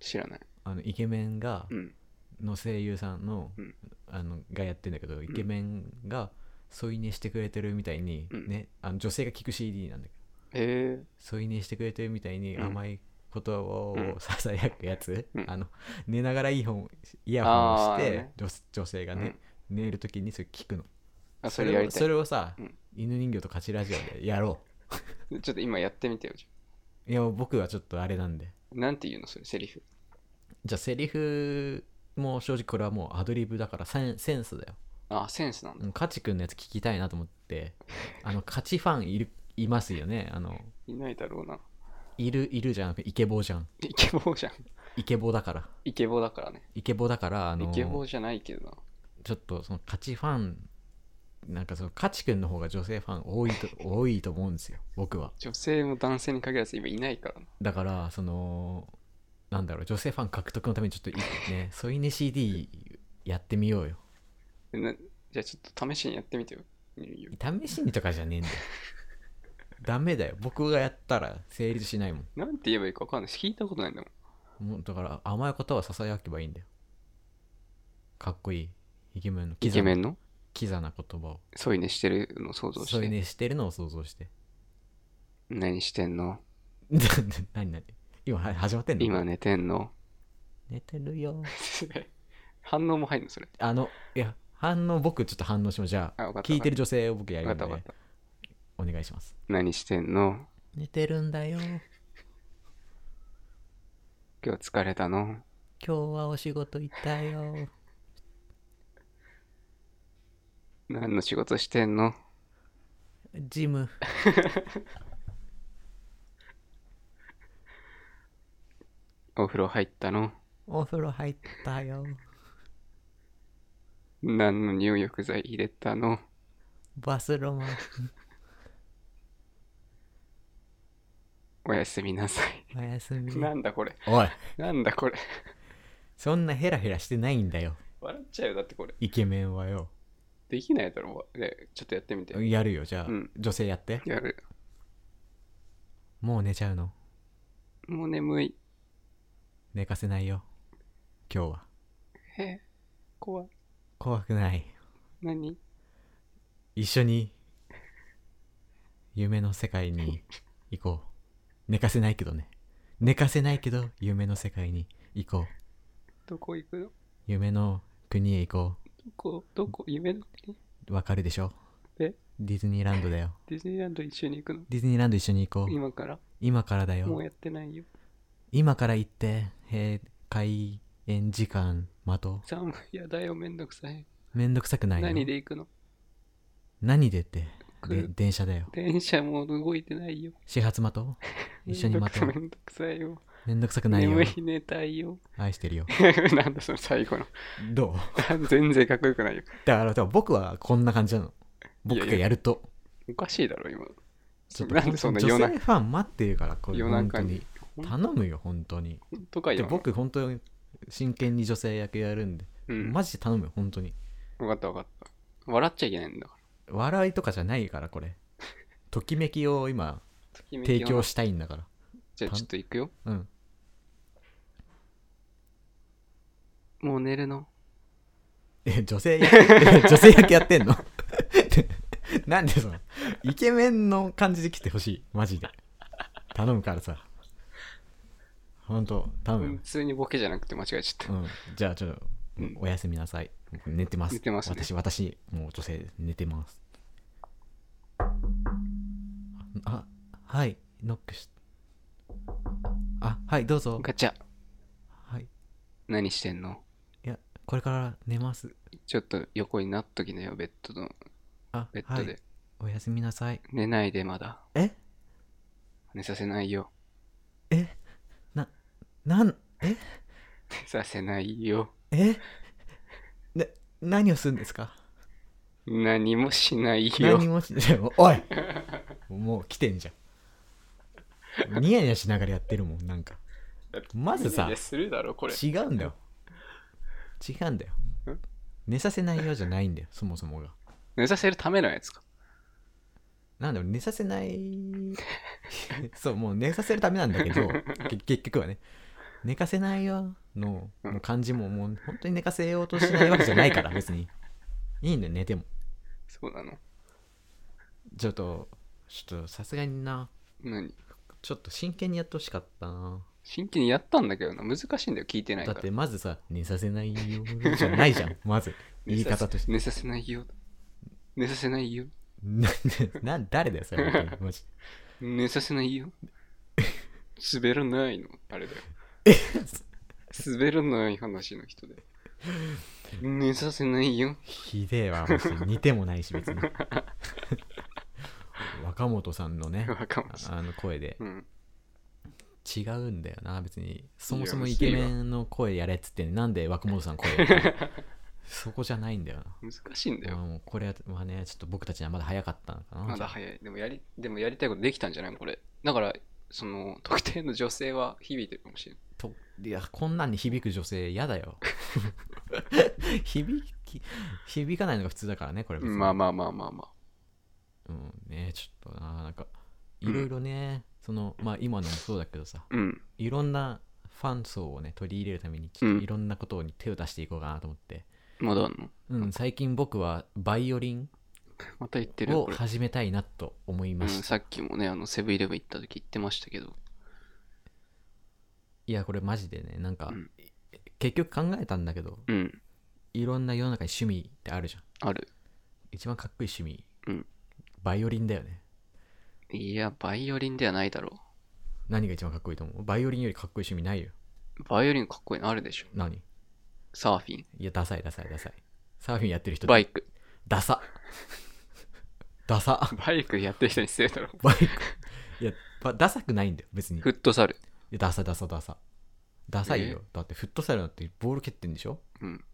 Speaker 2: 知らない。
Speaker 1: あのイケメンが、
Speaker 2: うん。
Speaker 1: の声優さんの,、
Speaker 2: うん
Speaker 1: あのがやってんだけどイケメンが添い寝してくれてるみたいに、
Speaker 2: うん
Speaker 1: ね、あの女性が聞く CD なんだけど
Speaker 2: え
Speaker 1: 添い寝してくれてるみたいに
Speaker 2: うん
Speaker 1: 甘いことを
Speaker 2: うん
Speaker 1: ささやくやつ、
Speaker 2: うん
Speaker 1: あの寝ながらイヤホンイヤホンを
Speaker 2: あ
Speaker 1: し
Speaker 2: ー
Speaker 1: て、
Speaker 2: ね
Speaker 1: 女女性
Speaker 2: え
Speaker 1: が
Speaker 2: ー。うん
Speaker 1: ね、寝るときにそれ聞くの
Speaker 2: あ、それやり
Speaker 1: を
Speaker 2: たい。
Speaker 1: そ
Speaker 2: ち
Speaker 1: れをさ、
Speaker 2: うん
Speaker 1: 犬人形と勝ちラジオでやろ
Speaker 2: ょっと今やってみてよ。じゃ
Speaker 1: ういや僕はちょっとあれなんで
Speaker 2: あなんて言うのそれ、セリフ。
Speaker 1: じゃあセリフも正直これはもうアドリブだからセンセンスだよ
Speaker 2: あ、センスなんだ。
Speaker 1: うんカチ君のやつ聞きたいなと思ってあのカチファンいるいますよねあの
Speaker 2: いないだろうな。
Speaker 1: いるいるじゃなくてイケボじゃん
Speaker 2: イケボじゃん。
Speaker 1: イケボだから
Speaker 2: イケボだからね。
Speaker 1: イケボだからあの
Speaker 2: イケボじゃないけどな。
Speaker 1: ちょっとそのカチファンなんかそのカチ君の方が女性ファン多いと多いと思うんですよ僕は
Speaker 2: 女性も男性に限らず今いないからな。
Speaker 1: だからそのなんだろう女性ファン獲得のためにちょっといね添い寝 CD やってみようよ
Speaker 2: えなじゃあちょっと試しにやってみてよ。
Speaker 1: 試しにとかじゃねえんだよダメだよ僕がやったら成立しないもん
Speaker 2: なんて言えばいいかわかんないし、聞いたことないんだもん。
Speaker 1: もうだから甘いことはささやけばいいんだよかっこいいイケメンの
Speaker 2: イ
Speaker 1: キザ
Speaker 2: ケメ
Speaker 1: な
Speaker 2: ンの
Speaker 1: キザな言葉を
Speaker 2: 添い寝してるのを想像し
Speaker 1: 添い
Speaker 2: て。
Speaker 1: 寝してるのを想像して
Speaker 2: 何してんの
Speaker 1: 何何今は始まってんの
Speaker 2: 今寝てんの
Speaker 1: 寝てるよ
Speaker 2: 反応も入るのそれ。
Speaker 1: あのいや反応僕ちょっと反応しますじゃあ
Speaker 2: あ、分かった。
Speaker 1: 聞いてる女性を僕や
Speaker 2: 分
Speaker 1: る
Speaker 2: か
Speaker 1: の
Speaker 2: った分かっ
Speaker 1: で
Speaker 2: た。
Speaker 1: お願いします
Speaker 2: 何してんの
Speaker 1: 寝てるんだよ今
Speaker 2: 今日疲れたの
Speaker 1: 日はお仕事行ったよ
Speaker 2: 何の仕事してんの
Speaker 1: ジム
Speaker 2: お風呂入ったの
Speaker 1: お風呂入ったよ
Speaker 2: 何の入浴剤入れたの
Speaker 1: バスロマン
Speaker 2: おやすみなさい。
Speaker 1: おやすみ
Speaker 2: なんだこれ。
Speaker 1: おい
Speaker 2: なんだこれ。
Speaker 1: そんなヘラヘラしてないんだよ
Speaker 2: 笑っちゃうよ。だってこれ。
Speaker 1: イケメンはよ
Speaker 2: できないだろ。ね、ちょっとやってみて。
Speaker 1: やるよじゃあ、
Speaker 2: うん
Speaker 1: 女性やって
Speaker 2: やる。
Speaker 1: もう寝ちゃうの
Speaker 2: もう眠い。
Speaker 1: 寝かせないよ今日は
Speaker 2: え怖い。
Speaker 1: 怖くない
Speaker 2: 何
Speaker 1: 一緒に夢の世界 に行こう寝かせないけどね寝かせないけど夢の世界に行こう
Speaker 2: どこ行くのど
Speaker 1: 夢の国へ行こ
Speaker 2: こどこ夢の国
Speaker 1: うわかるでしょ
Speaker 2: え
Speaker 1: ディズニーランドだよ
Speaker 2: ディズニーランド一緒に行くの
Speaker 1: ディズニーランド一緒に行こう
Speaker 2: 今から
Speaker 1: 今からだ
Speaker 2: も
Speaker 1: よ
Speaker 2: うやってないよ。
Speaker 1: 今から行って閉開園時間待と
Speaker 2: 寒い。やだよ、めんどくさい。
Speaker 1: うめんどくさくないよ
Speaker 2: 何で行くの
Speaker 1: 何でって
Speaker 2: 来
Speaker 1: で
Speaker 2: る
Speaker 1: 電車だよ
Speaker 2: 電車もう動いてないよ。
Speaker 1: 始発待と う一緒に待と
Speaker 2: め
Speaker 1: うん
Speaker 2: どくさいよ。
Speaker 1: めんどくさくないよ
Speaker 2: 眠い寝たいよ。
Speaker 1: 愛してるよ
Speaker 2: なんだその最後の。
Speaker 1: どう
Speaker 2: 全然かっこよくないよ。
Speaker 1: だから多分僕はこんな感じなの僕がやると
Speaker 2: おかしいだろ、今。
Speaker 1: ちょっと
Speaker 2: なんでそんな
Speaker 1: 女
Speaker 2: 夜
Speaker 1: 性
Speaker 2: 中
Speaker 1: ファン待ってるからこれ
Speaker 2: 夜
Speaker 1: 本当
Speaker 2: 中に
Speaker 1: に。頼むよ本当に
Speaker 2: 本当か
Speaker 1: で
Speaker 2: よ。
Speaker 1: 僕本当に真剣に女性役やるんで、
Speaker 2: うん、
Speaker 1: マジで頼むよ本当に
Speaker 2: 分かった分かった。笑っちゃいけないんだから。
Speaker 1: 笑いとかじゃないからこれときめきを今
Speaker 2: ときめきを
Speaker 1: 提供したいんだから
Speaker 2: じゃあちょっと行くよ。
Speaker 1: うん
Speaker 2: もう寝るの。
Speaker 1: え女性役 女性役やってんの なんでそのイケメンの感じで来てほしいマジで頼むからさ本当頼むよ
Speaker 2: 普通にボケじゃなくて間違えちゃった。
Speaker 1: うん、じゃあちょっと、
Speaker 2: うん
Speaker 1: おやすみなさい。僕寝てます。
Speaker 2: 寝てますね
Speaker 1: 私、私、もう女性、寝てます。あ、はい、ノックし。あ、はい、どうぞ。
Speaker 2: ガチャ。
Speaker 1: はい、
Speaker 2: 何してんの
Speaker 1: いや、これから寝ます。
Speaker 2: ちょっと横になっときなよ、ベッドの。
Speaker 1: あ、
Speaker 2: ベッ
Speaker 1: は
Speaker 2: ドで。
Speaker 1: い、おやすみなさい。
Speaker 2: 寝ないでまだ。
Speaker 1: え、
Speaker 2: 寝させないよ。
Speaker 1: え、な、なん、え、
Speaker 2: 寝させないよ。
Speaker 1: え、 な、何をするんですか
Speaker 2: 何もしない
Speaker 1: 何
Speaker 2: よ。
Speaker 1: もし、でもおい もう来てんじゃん。ニヤニヤしながらやってるもん、なんか。まずさ
Speaker 2: いやするだろ、これ。
Speaker 1: 違うんだよ。違うんだよ
Speaker 2: ん。
Speaker 1: 寝させないようじゃないんだよ、そ もそもが。
Speaker 2: 寝させるためのやつか。
Speaker 1: なんだろう、寝させない。 そう、もう寝させるためなんだけど、け結局はね。寝かせないよの
Speaker 2: うん
Speaker 1: もう感じも、もう本当に寝かせようとしないわけじゃないから、別に。いいんだよ、寝ても。
Speaker 2: そうなの。
Speaker 1: ちょっと、ちょっとさすがにな、
Speaker 2: 何
Speaker 1: ちょっと真剣にやってほしかったな。
Speaker 2: 真剣にやったんだけどな。難しいんだよ、聞いてない
Speaker 1: だ
Speaker 2: か
Speaker 1: っ
Speaker 2: ら
Speaker 1: て。まずさ、寝させないよじゃないじ ゃん、まず。言い方として。
Speaker 2: 寝させないよ。寝させないよ。
Speaker 1: な、な、誰だよ、それ。本当にマジ
Speaker 2: 寝させないよ。滑らないの。あれだよ。滑らない話 の人で。寝させないよ。
Speaker 1: ひでえわ、マジで似てもないし、別に。 若本さんのね、
Speaker 2: わかんない。
Speaker 1: あの声で
Speaker 2: うん。
Speaker 1: 違うんだよな、別に。そもそも
Speaker 2: いや
Speaker 1: イケメンの声やれっつってんのに、なんで若本さん 声やるのそこじゃないんだよな。
Speaker 2: 難しいんだ
Speaker 1: ま
Speaker 2: よ。
Speaker 1: あもうこれはね、ちょっと僕たちにはまだ早かったのかな。
Speaker 2: まだ早い。でもやり、でもやりたいことできたんじゃないのこれ。だから、その、特定の女性は響いてるかもしれない。
Speaker 1: といやこんなんに響く女性嫌だよ 響き響かないのが普通だからねこれ別に
Speaker 2: まあまあまあまあまあ。
Speaker 1: うんねちょっとななんかいろいろね、そのまあ今のもそうだけどさ
Speaker 2: うん。
Speaker 1: いろんなファン層をね取り入れるためにちょっといろんなことに手を出していこうかなと思って、
Speaker 2: まだあんの
Speaker 1: うん最近僕はバイオリン
Speaker 2: また言ってるよ
Speaker 1: を
Speaker 2: これ。
Speaker 1: 始めたいなと思いうま
Speaker 2: ん、
Speaker 1: した、
Speaker 2: さっきもね、あのセブンイレブン行った時言ってましたけど、
Speaker 1: いやこれマジでねなんか、
Speaker 2: うん
Speaker 1: 結局考えたんだけど
Speaker 2: うん、
Speaker 1: いろんな世の中に趣味ってあるじゃん
Speaker 2: ある。
Speaker 1: 一番かっこいい趣味、
Speaker 2: うん
Speaker 1: バイオリンだよね
Speaker 2: いや、バイオリンではないだろ
Speaker 1: 何が一番かっこいいと思うバイオリンよりかっこいい趣味ないよ。
Speaker 2: う。バイオリンかっこいいのあるでしょ。
Speaker 1: 何い
Speaker 2: サーフィン、
Speaker 1: や、ダサいダサいダサい。サーフィンやってる人、
Speaker 2: バイク。
Speaker 1: ダサ。 ダサ。
Speaker 2: バイクやってる人に失礼 だろ。
Speaker 1: バイク。いや、ばダサくないんだよ、別に。い
Speaker 2: フットサル。
Speaker 1: や、ダサダサダサ。ダサいよ。だってフットサルだってボール蹴ってんでしょ
Speaker 2: うん。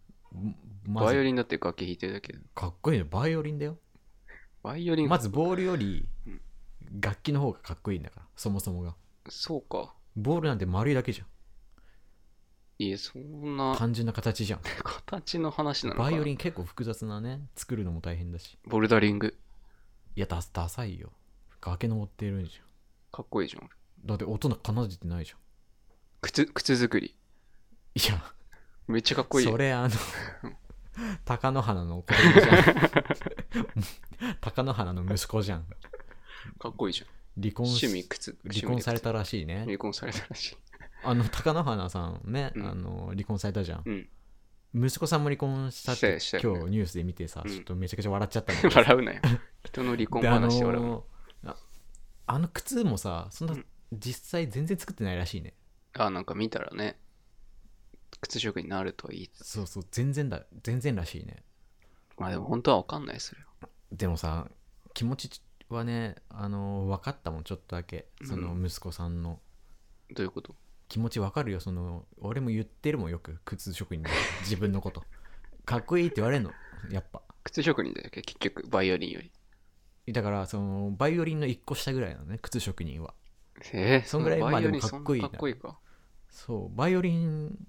Speaker 1: ま
Speaker 2: バイオ
Speaker 1: ず
Speaker 2: リンだって楽器弾いてるだけど。
Speaker 1: かっこいいのバイオリンだよ。
Speaker 2: バイオリン、
Speaker 1: まずボールより
Speaker 2: うん
Speaker 1: 楽器の方がかっこいいんだから、そもそもが。
Speaker 2: そうか。
Speaker 1: ボールなんて丸いだけじゃ
Speaker 2: いえ、そん
Speaker 1: ん
Speaker 2: な
Speaker 1: 単純な形じゃん
Speaker 2: 形の話なのかな。
Speaker 1: バイオリン結構複雑なね作るのも大変だし
Speaker 2: ボルダリング。
Speaker 1: いやダダサいよ崖登ってるんじゃ
Speaker 2: かっこいいじゃん。
Speaker 1: んだって音なんか奏でてないじゃん
Speaker 2: 靴、靴作り。
Speaker 1: いや
Speaker 2: めっちゃかっこいい。
Speaker 1: それ あの貴乃花の子供じゃん貴乃花の息子じゃん
Speaker 2: かっこいいじゃん。
Speaker 1: 離婚し
Speaker 2: 趣味靴。
Speaker 1: 離婚され
Speaker 2: ら
Speaker 1: たらしいね
Speaker 2: 離婚されたらしい。
Speaker 1: あの貴乃花さんね、
Speaker 2: うん
Speaker 1: あの離婚されたじゃん、
Speaker 2: うん
Speaker 1: 息子さんも離婚したっ
Speaker 2: した
Speaker 1: て
Speaker 2: よしたよ
Speaker 1: 今日ニュースで見てさ、
Speaker 2: うん
Speaker 1: ちょっとめちゃくちゃ笑っちゃったんだけど
Speaker 2: 笑うなよ。人の離婚
Speaker 1: であ
Speaker 2: 話で笑うな。
Speaker 1: のああの靴もさそんな
Speaker 2: うん
Speaker 1: 実際全然作ってないらしいね、
Speaker 2: あ、なんか見たらね、靴職になるとはいい。
Speaker 1: そうそう全然だ全然らしいね
Speaker 2: まあでも本当はわかんない、それは。
Speaker 1: でもさ気持ちはねあの分かったもんちょっとだけその息子さんの、
Speaker 2: どういうこと
Speaker 1: 気持ち分かるよその俺も言ってるもんよく靴職 人に自分のことかっこいいって言われるのやっぱ
Speaker 2: 靴職人だよ、結局、バイオリンより。
Speaker 1: だからそのバイオリンの1個下ぐらいなのね靴職人は
Speaker 2: えー、
Speaker 1: そんぐらい
Speaker 2: の
Speaker 1: まあ
Speaker 2: バイオ
Speaker 1: で
Speaker 2: リン
Speaker 1: もかっこいいな
Speaker 2: そんなかっこいいか。
Speaker 1: そうバイオリン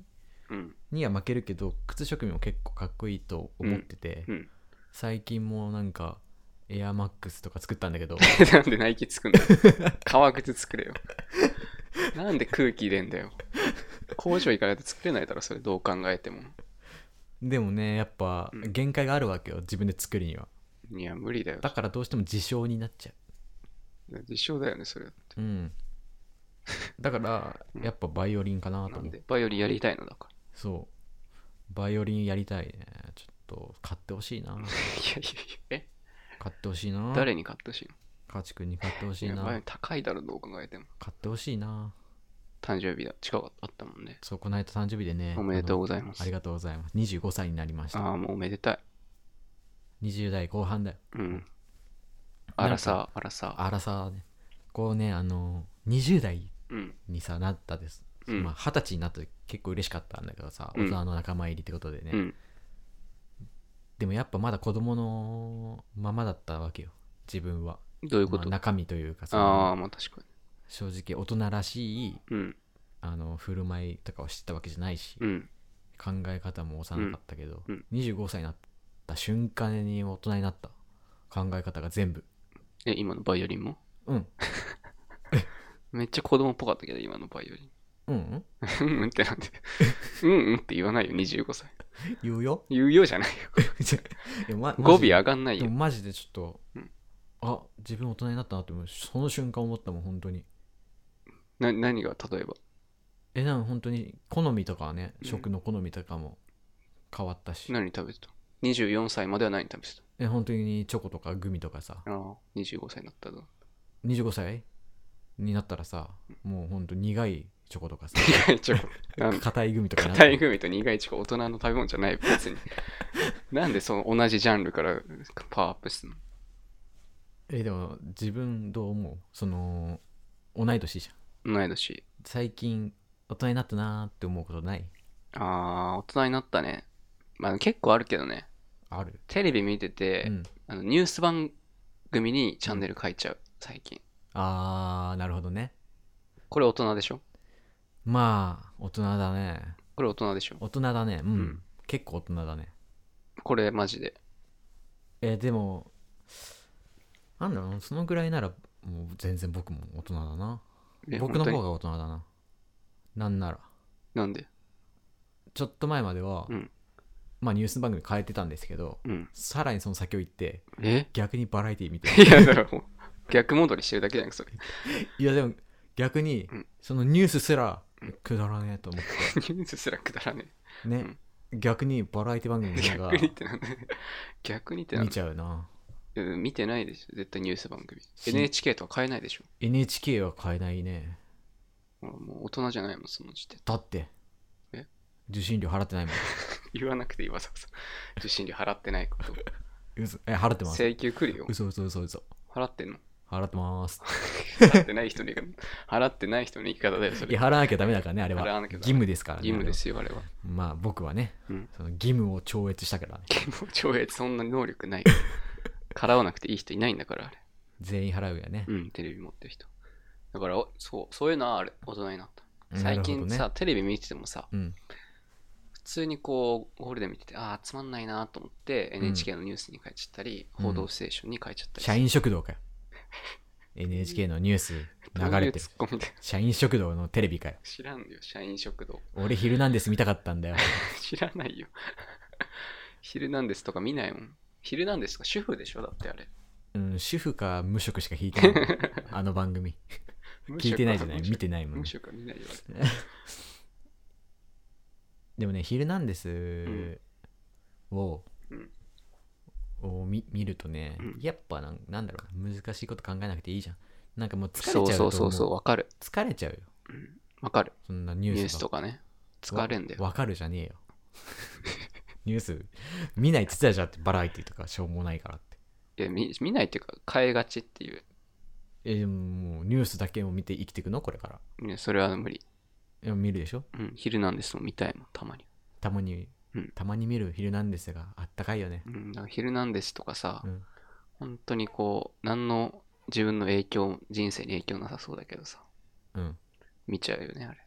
Speaker 2: うん。
Speaker 1: には負けるけど靴職人も結構かっこいいと思ってて、
Speaker 2: うん。
Speaker 1: 最近もなんかエアマックスとか作ったんだけ ど
Speaker 2: なんでナイキ作んだよ。革靴作れよ。なんで空気入れんだよ。工場行かないと作れないだろ、それどう考えても。
Speaker 1: でもねやっぱ
Speaker 2: うん
Speaker 1: 限界があるわけよ自分で作るにはい
Speaker 2: や、無理だよ
Speaker 1: だ。からどうしても自称になっちゃ
Speaker 2: 実証だよね、それ。
Speaker 1: ううんだからやっぱバイオリンかなと
Speaker 2: な
Speaker 1: 思
Speaker 2: ん
Speaker 1: っ
Speaker 2: で、バイオリンやりたいのだか
Speaker 1: そう。バイオリンやりたいね。ちょっと買ってほしいな。
Speaker 2: ら。いやいやいや、え
Speaker 1: 買ってほしいな。
Speaker 2: 誰に買ってほしいの
Speaker 1: カチ君に買ってほしい
Speaker 2: いやバイオリ
Speaker 1: な
Speaker 2: ン。高いだろ、どう考えても。
Speaker 1: 買ってほしいな。
Speaker 2: 誕生日だ、近かあったもんね。
Speaker 1: そう、この間誕生日でね。
Speaker 2: おめでとうご
Speaker 1: ざい
Speaker 2: ざいます。
Speaker 1: ありがとうございます。25歳になりまし
Speaker 2: あ
Speaker 1: た。
Speaker 2: あ、もうおめでたい。
Speaker 1: 20代後半だよ。
Speaker 2: うん。あらさ、あらさ。
Speaker 1: あらさ、ね、こうね、あの、20代
Speaker 2: うん。
Speaker 1: にさ、なったです。
Speaker 2: うん
Speaker 1: まあ、20歳になって結構嬉しかったんだけどさ、
Speaker 2: うん
Speaker 1: 大人の仲間入りってことでね。
Speaker 2: うん。
Speaker 1: でもやっぱまだ子供のままだったわけよ。自分は。
Speaker 2: どういうこ
Speaker 1: まあ
Speaker 2: と
Speaker 1: 中身というか
Speaker 2: あ
Speaker 1: さ、
Speaker 2: あ、まあ確か
Speaker 1: 正直大人らしい
Speaker 2: に。うん。
Speaker 1: あの振る舞いとかを知ってたわけじゃないし、
Speaker 2: うん。
Speaker 1: 考え方も幼かったけど、
Speaker 2: うん
Speaker 1: 25歳になった瞬間に大人になった考え方が全部
Speaker 2: え、今のバイオリンも
Speaker 1: うん
Speaker 2: めっちゃ子供っぽかったけど、今のバイオリン。
Speaker 1: うんうん
Speaker 2: うんうんってな んで。うんうんって言わないよ、25歳。
Speaker 1: 言うよ
Speaker 2: 言うようじゃないよ。
Speaker 1: いやま
Speaker 2: 語尾
Speaker 1: マジで
Speaker 2: 上がんない
Speaker 1: でも
Speaker 2: よ。
Speaker 1: マジでちょっと、
Speaker 2: うん
Speaker 1: あ自分大人になったなって思うその瞬間思ったもん本当に
Speaker 2: な何が例えば。
Speaker 1: えなんか本当に好みとかはね
Speaker 2: うん
Speaker 1: 食の好みとかも変わったし、
Speaker 2: 何食べてた ?24 歳までは何食べてた
Speaker 1: え本当にチョコとかグミとかさ
Speaker 2: ああ、25歳になったぞ。
Speaker 1: 25歳になったらさもう本当苦いチョコとかさ
Speaker 2: 苦いチョコ。 なん
Speaker 1: 硬いグミとかな
Speaker 2: 硬いグミと苦いチョコ、大人の食べ物じゃない、別 に。なんでその同じジャンルからパワーアップするの
Speaker 1: えでも自分どう思うその同い年じゃん
Speaker 2: 同い年。
Speaker 1: 最近大人になったなーって思うことない
Speaker 2: ああ、大人になったね。まあ結構あるけどね。
Speaker 1: ある
Speaker 2: テレビ見てて、
Speaker 1: うん
Speaker 2: あのニュース番組にチャンネル変えちゃう、最近。
Speaker 1: あーなるほどね
Speaker 2: これ大人でしょ
Speaker 1: まあ大人だね
Speaker 2: これ大人でしょ
Speaker 1: 大人だねうん、
Speaker 2: うん
Speaker 1: 結構大人だね
Speaker 2: これマジで。
Speaker 1: えでもなんだろうそのぐらいならもう全然僕も大人だな
Speaker 2: え
Speaker 1: 僕の
Speaker 2: 本当
Speaker 1: 方
Speaker 2: に
Speaker 1: が大人だななんなら
Speaker 2: なんで
Speaker 1: ちょっと前までは、
Speaker 2: うん
Speaker 1: まあニュース番組変えてたんですけど
Speaker 2: うん。
Speaker 1: さらにその先を行って
Speaker 2: え
Speaker 1: 逆にバラエティー見て
Speaker 2: いや、だからもう逆戻りしてるだけじゃなくそれ。
Speaker 1: いやでも逆に
Speaker 2: うん
Speaker 1: そのニュースすらくだらねえと思っ
Speaker 2: ニュースすらくだらね
Speaker 1: てね、逆にバラエティ番組
Speaker 2: え。
Speaker 1: の方
Speaker 2: 逆にっ
Speaker 1: が
Speaker 2: てなんだ よ逆にってなん
Speaker 1: 見
Speaker 2: だ
Speaker 1: ちゃうな
Speaker 2: ようん見てないでしょ絶対ニュース番組。
Speaker 1: し
Speaker 2: NHK とは変えないでしょ
Speaker 1: NHK は変えないね
Speaker 2: ほらもう大人じゃないもん、その時点。
Speaker 1: だって
Speaker 2: え
Speaker 1: 受信料払ってないもん
Speaker 2: 言わなくていいわざわざ。受信料払ってないこと。
Speaker 1: 嘘え払ってます
Speaker 2: 請求来るよ。
Speaker 1: 嘘嘘嘘嘘
Speaker 2: 払ってんの
Speaker 1: 払ってます
Speaker 2: 払ってない人の言い方。払ってない人の言い方だよ、そ
Speaker 1: いや
Speaker 2: れ。
Speaker 1: 払わなきゃダメだからねあれ
Speaker 2: 払わ
Speaker 1: は
Speaker 2: なきゃダメ
Speaker 1: 義務ですからね
Speaker 2: 義務ですよ、あれは。
Speaker 1: あれはまあ僕はね
Speaker 2: うん。
Speaker 1: その義務を超越したからね
Speaker 2: 義務超越、そんな能力ない。払わなくていい人いないんだから、あれ。
Speaker 1: 全員払うよね
Speaker 2: うん、テレビ持ってる人。だからおそうそういうのはあれ大人になった最近
Speaker 1: なる
Speaker 2: さ、
Speaker 1: ほ
Speaker 2: テレビ見ててもさ
Speaker 1: どね、うん。
Speaker 2: 普通にこうゴールデン見ててああつまんないなと思って
Speaker 1: ん
Speaker 2: NHK のニュースに変えちゃったり、
Speaker 1: うん
Speaker 2: 報道ステーションに変えちゃったり
Speaker 1: 社員食堂かよ。NHK のニュース流れてる
Speaker 2: ツ。ッコミで
Speaker 1: 社員食堂のテレビかよ。
Speaker 2: 知らんよ社員食堂
Speaker 1: 俺、ヒルナンデス見たかったんだよ。
Speaker 2: 知らないよ 「ヒルナンデス」とか見ないもん「ヒルナンデス」とか主婦でしょだってあれ
Speaker 1: うん、主婦か無職しか聞いて ない。あの番組。聞いてないじゃない見てないもん
Speaker 2: 無職は見ないよあれ
Speaker 1: でもね、ヒルナンデ
Speaker 2: ん
Speaker 1: スを、
Speaker 2: うん
Speaker 1: を見見るとね、
Speaker 2: うん
Speaker 1: やっぱなんなんだろうな、難しいこと考えなくていいじゃん。なんかもう疲れちゃ
Speaker 2: そうう
Speaker 1: と
Speaker 2: そうそうそう
Speaker 1: も
Speaker 2: わかる
Speaker 1: う疲れちゃうよ。
Speaker 2: わかる
Speaker 1: そんなニュース
Speaker 2: ニュースとかね疲れんだよ
Speaker 1: わわかるじゃねえよ。 ニュース見ないっつってたじゃんって、バラエティとかしょうもないからって。
Speaker 2: いや見見ないっていうか変えがちっていう
Speaker 1: え、でももうニュースだけを見て生きていくのこれから。
Speaker 2: いやそれは無理
Speaker 1: でも見るでしょ
Speaker 2: うん「ヒルナンデス」も見たいもんたまに
Speaker 1: たまに、
Speaker 2: うん
Speaker 1: たまに見るヒルナンデスがあったかいよね
Speaker 2: う。んだから「ヒルナンデス」とかさ、
Speaker 1: うん
Speaker 2: 本当にこう何の自分の影響人生に影響なさそうだけどさ
Speaker 1: うん。
Speaker 2: 見ちゃうよねあれ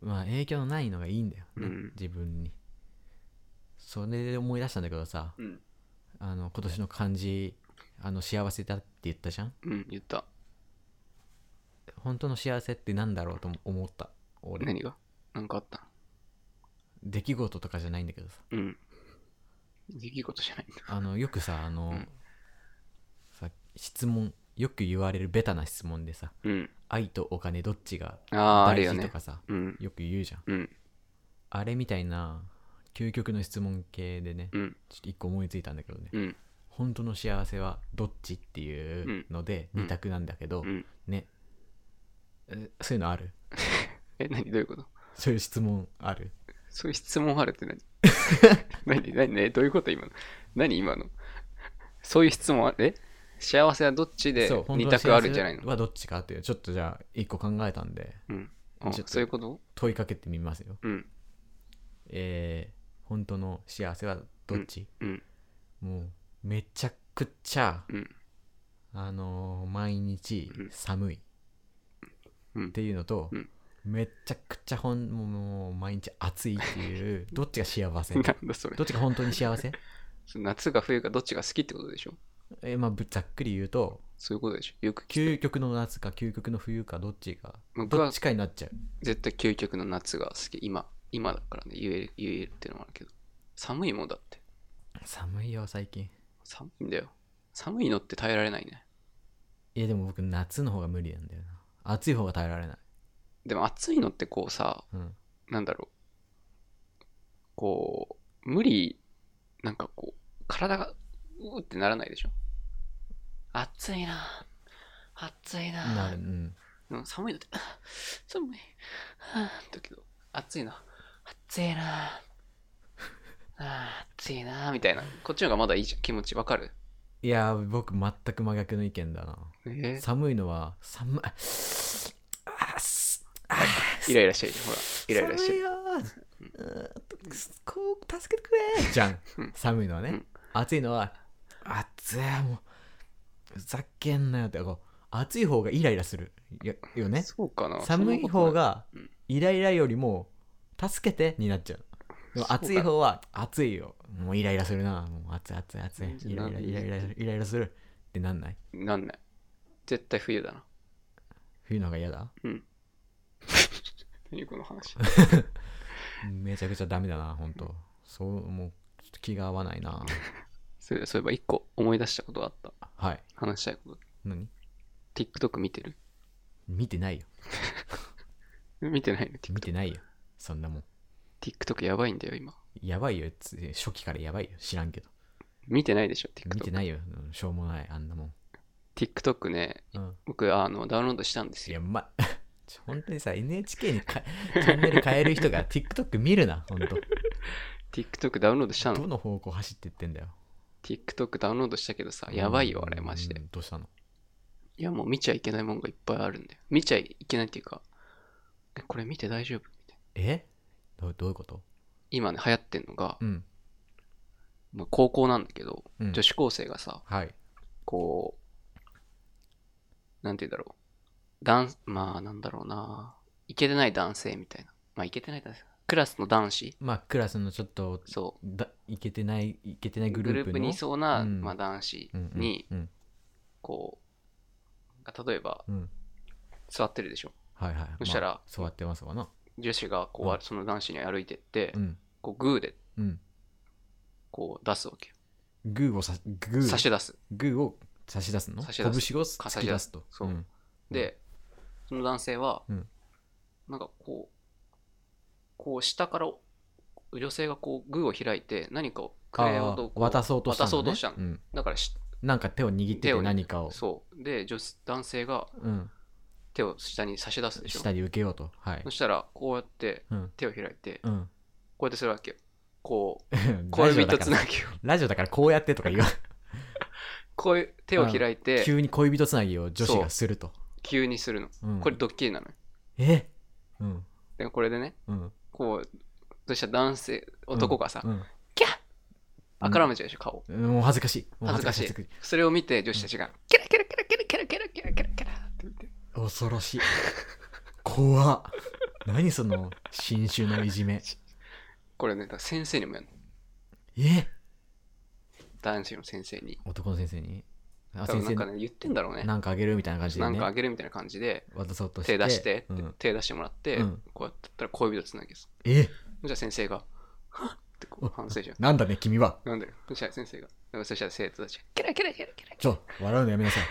Speaker 1: まあ影響のないのがいいんだよ、ね
Speaker 2: うん
Speaker 1: 自分にそれで思い出したんだけどさ
Speaker 2: うん、
Speaker 1: あの今年の漢字あの幸せだって言ったじゃん
Speaker 2: うん、言った
Speaker 1: 本当の幸せってなんだろうと思った俺、
Speaker 2: 何が何かあった
Speaker 1: 出来事とかじゃないんだけどさ
Speaker 2: うん出来事じゃないんだ
Speaker 1: あのよくさあの、
Speaker 2: うん
Speaker 1: さ質問よく言われるベタな質問でさ
Speaker 2: うん
Speaker 1: 愛とお金どっちが
Speaker 2: あああ
Speaker 1: 大
Speaker 2: るよ
Speaker 1: 事と
Speaker 2: ね
Speaker 1: かさ
Speaker 2: うん
Speaker 1: よく言うじゃん
Speaker 2: うん
Speaker 1: あれみたいな究極の質問系でね、
Speaker 2: うん
Speaker 1: ちょっと一個思いついたんだけどね
Speaker 2: うん
Speaker 1: 本当の幸せはどっちっていうので
Speaker 2: うん
Speaker 1: 二択なんだけど、
Speaker 2: うん
Speaker 1: ねえそういうのある
Speaker 2: え何どういうこと
Speaker 1: そういう質問ある
Speaker 2: そういう質問あるっ て何何何何どういうこと今の何今のそういう質問あるえ幸せはどっちで
Speaker 1: そう本当の
Speaker 2: 2択あるんじゃない
Speaker 1: 幸
Speaker 2: の
Speaker 1: せはどっちかっていうちょっとじゃあ一個考えたんで
Speaker 2: うんあ
Speaker 1: ちょっと
Speaker 2: そういうこと
Speaker 1: 問いかけてみますよ
Speaker 2: うん
Speaker 1: えー、本当の幸せはどっち、
Speaker 2: うん
Speaker 1: もうめちゃくちゃ
Speaker 2: うん
Speaker 1: あのー毎日
Speaker 2: うん
Speaker 1: 寒い、
Speaker 2: うん
Speaker 1: っていうのと、
Speaker 2: うん
Speaker 1: めちゃくちゃほんもうもう毎日暑いっていう どっちが幸せ
Speaker 2: なんだそ れ
Speaker 1: どっちが本当に幸せ
Speaker 2: 夏が冬かどっちが好きってことでしょ
Speaker 1: えーまあぶざっくり言うと
Speaker 2: そういうことでしょよく
Speaker 1: 究極の夏か究極の冬かどっちか
Speaker 2: 僕
Speaker 1: ど
Speaker 2: は
Speaker 1: っちかになっちゃう
Speaker 2: 絶対究極の夏が好き今今だからね言える言えるっていうのもあるけど寒いもんだって
Speaker 1: 寒いよ最近
Speaker 2: 寒いんだよ寒いのって耐えられないね
Speaker 1: いやでも僕夏の方が無理なんだよな暑い方が耐えられない、
Speaker 2: でも暑いのってこうさ
Speaker 1: うん、
Speaker 2: なんだろう、こう、無理、なんかこう、体が、うーってならないでしょ。暑いなぁ暑いなぁ
Speaker 1: なるうん
Speaker 2: うん寒いのって、 あ寒い。 あだけど、暑いな。暑いな ぁあ暑いなぁみたいな。こっちの方がまだいいじゃん。気持ちわかる。
Speaker 1: いやー僕全く真逆の意見だな
Speaker 2: え
Speaker 1: 寒いのは寒いあーすあー
Speaker 2: イライラしてる。ほら、イライラし
Speaker 1: 寒い
Speaker 2: てる。
Speaker 1: よーうーんくすこう助けてくれーじゃん
Speaker 2: うん
Speaker 1: 寒いのは
Speaker 2: う
Speaker 1: ね
Speaker 2: ん
Speaker 1: 暑いのは暑いもうふざけんなよってこう暑い方がイライラするよよね
Speaker 2: そうかな
Speaker 1: 寒い方、が
Speaker 2: うん
Speaker 1: イライラよりも助けてになっちゃうでも
Speaker 2: そうだ
Speaker 1: 暑い方は暑いよもうイライラするなもう暑い暑い暑いイラ
Speaker 2: な
Speaker 1: イライ
Speaker 2: んで
Speaker 1: ライライライラするってなんない
Speaker 2: そんなことないなんない。絶対冬だな。
Speaker 1: 冬の方が嫌だ
Speaker 2: 何この話。
Speaker 1: めちゃくちゃダメだな本当そうもうちょっと気が合わないな
Speaker 2: そういえばそういえば一個思い出したことがあった。
Speaker 1: はい
Speaker 2: 話したいこと。
Speaker 1: 何
Speaker 2: TikTok 見てる
Speaker 1: 見てないよ
Speaker 2: 見てないの
Speaker 1: 見て
Speaker 2: ?TikTok。
Speaker 1: ないよそんなもん
Speaker 2: TikTok やばいんだよ、今。
Speaker 1: やばいよつ初期からやばいよ知らんけど
Speaker 2: 見てないでしょ、
Speaker 1: 見て
Speaker 2: TikTok。
Speaker 1: ないようんしょうもないあんなもん、
Speaker 2: TikTok ね、
Speaker 1: うん、
Speaker 2: 僕、あの、ダウンロードしたんです
Speaker 1: い
Speaker 2: よ。
Speaker 1: やま ちょ本当にさ NHK にか チャンネル変える人が TikTok 見るな本当
Speaker 2: TikTok ダウンロードしたの
Speaker 1: どの方向走ってってんだよ
Speaker 2: ?TikTok ダウンロードしたけどさ、やばいよ、あれ、マジ
Speaker 1: う
Speaker 2: で。
Speaker 1: んどうしたの
Speaker 2: いや、もう見ちゃいけないもんがいっぱいあるんだよ。見ちゃいけないっていうか、えこれ見て大丈夫みたいな。
Speaker 1: えどどういうこと
Speaker 2: 今ね、流行ってんのが
Speaker 1: う、ん、
Speaker 2: まあ、高校なんだけど、
Speaker 1: うん、
Speaker 2: 女子高生がさ、
Speaker 1: はい
Speaker 2: こう、なんて言うんだろう。男、まあなんだろうな。いけてない男性みたいな。まあいけてない男性。クラスの男子
Speaker 1: まあクラスのちょっと
Speaker 2: そ
Speaker 1: だいけてないいけてな
Speaker 2: う。
Speaker 1: いグループの
Speaker 2: にいそうな、
Speaker 1: うん
Speaker 2: まあ、男子
Speaker 1: うんうん
Speaker 2: に、
Speaker 1: うん
Speaker 2: こう、例えば
Speaker 1: うん
Speaker 2: 座ってるでしょ。
Speaker 1: はいはい
Speaker 2: そしたら
Speaker 1: まあそうやってますわな
Speaker 2: 女子がこう、
Speaker 1: うん
Speaker 2: その男子に歩いてって、
Speaker 1: うん
Speaker 2: こうグーで
Speaker 1: うん
Speaker 2: こう出すわけよ。
Speaker 1: グーをさグー
Speaker 2: 差し出す。
Speaker 1: グーを差し出すの
Speaker 2: 差し出す
Speaker 1: 拳を突き出すと
Speaker 2: そう
Speaker 1: うん
Speaker 2: で、その男性は、
Speaker 1: うん
Speaker 2: なんかこう、こう下から女性がこうグーを開いて何かをクレヨンと
Speaker 1: あー渡そうとしたのね
Speaker 2: 渡そうとしたの
Speaker 1: ん
Speaker 2: だからし
Speaker 1: なんか手を握って
Speaker 2: 手
Speaker 1: て
Speaker 2: を握
Speaker 1: 何かを
Speaker 2: そうで女男性が
Speaker 1: うん
Speaker 2: 手を下に差し出すでしょ
Speaker 1: 下に受けようとはい
Speaker 2: そしたらこうやって
Speaker 1: うん
Speaker 2: 手を開いて
Speaker 1: うん
Speaker 2: こうやってするわけよこう小
Speaker 1: ラジオだ
Speaker 2: 指と
Speaker 1: か
Speaker 2: つな
Speaker 1: ら
Speaker 2: ぎを
Speaker 1: ラジオだからこうやってとか言わ
Speaker 2: こういう手を開いて
Speaker 1: 急に恋人つなぎを女子がすると
Speaker 2: 急にするの
Speaker 1: うん
Speaker 2: これドッキリなのよ
Speaker 1: えうん
Speaker 2: でこれでね
Speaker 1: うん
Speaker 2: こうそしたら男性男がさ
Speaker 1: うん
Speaker 2: キャッあからめちゃうでしょ顔
Speaker 1: うんもう恥ずかしいもう
Speaker 2: 恥ずかしい
Speaker 1: 恥ずか
Speaker 2: それを見て女子たちが、ケラケラケラケラケラケラケラケラケラって見て、
Speaker 1: しい恐ろしい怖っ何その新種のいじめ
Speaker 2: これね、だから先生にもやるの。
Speaker 1: え
Speaker 2: 男子の先生に。
Speaker 1: 男の先生にあ
Speaker 2: 多
Speaker 1: 先
Speaker 2: 分なん
Speaker 1: 生
Speaker 2: かね、言ってんだろうね。
Speaker 1: なんかあげるみたいな感じで
Speaker 2: なん
Speaker 1: ね
Speaker 2: かあげるみたいな感じで、
Speaker 1: 渡そうとして
Speaker 2: 手出してって、
Speaker 1: うん
Speaker 2: 手出してもらって、
Speaker 1: うん
Speaker 2: こうやってやったら恋人つなげです。
Speaker 1: え
Speaker 2: じゃあ先生が、はっってこう反省じゃん。
Speaker 1: なんだね君は
Speaker 2: なんでそしたら先生が、なんかそしたら生徒たちが、ケラケラケラケラ
Speaker 1: ちょ笑うのやめなさい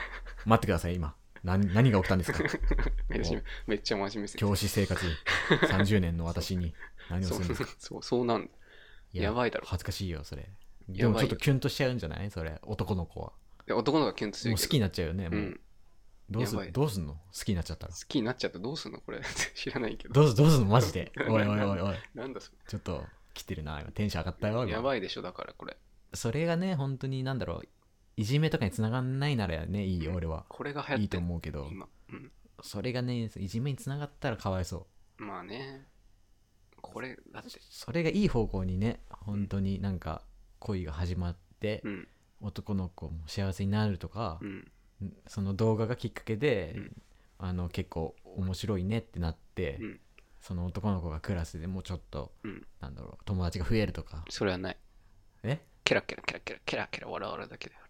Speaker 1: 待ってください今何何が起きたんです か
Speaker 2: ケラ。めっちゃめっちゃ真面目ですよ
Speaker 1: 教師生活30年の私に何をす
Speaker 2: そ
Speaker 1: る
Speaker 2: うん
Speaker 1: ですか
Speaker 2: そう、そうなんだ。
Speaker 1: いや
Speaker 2: やばいだろ
Speaker 1: 恥ずかしいよそれで
Speaker 2: やばいよ
Speaker 1: もちょっとキュンとしちゃうんじゃないそれ男の子は
Speaker 2: で男の子がキュンとす
Speaker 1: も
Speaker 2: る
Speaker 1: う好きになっちゃうよね
Speaker 2: う。
Speaker 1: もうんどうす
Speaker 2: やばい
Speaker 1: どうすんの好きになっちゃったら
Speaker 2: 好きになっちゃったらどうすんのこれ。 知らないけど。
Speaker 1: どうすどうすんのマジでおいおい
Speaker 2: な
Speaker 1: お
Speaker 2: ん
Speaker 1: いおい
Speaker 2: なんだそれ。
Speaker 1: ちょっと来てるな今テンション上がったよ今
Speaker 2: やばいでしょ、だからこれ。
Speaker 1: それがね本当になんだろういじめとかにつながんないならねいいよ俺は
Speaker 2: これが流
Speaker 1: い
Speaker 2: 行
Speaker 1: い
Speaker 2: っ
Speaker 1: と
Speaker 2: てる
Speaker 1: 思うけど
Speaker 2: 今、うん。
Speaker 1: それがねいじめにつながったらかわいそう
Speaker 2: まあね。これ、だって。
Speaker 1: それがいい方向にね本当になんか恋が始まって、
Speaker 2: うん。
Speaker 1: 男の子も幸せになるとか
Speaker 2: う、ん。
Speaker 1: その動画がきっかけで、
Speaker 2: うん
Speaker 1: あの結構面白いねってなって、
Speaker 2: うん
Speaker 1: その男の子がクラスでもうちょっと、
Speaker 2: うん
Speaker 1: なんだろう友達が増えるとか
Speaker 2: それはない。
Speaker 1: え
Speaker 2: ケラケラケラケラケラケラ笑われるだけだよ。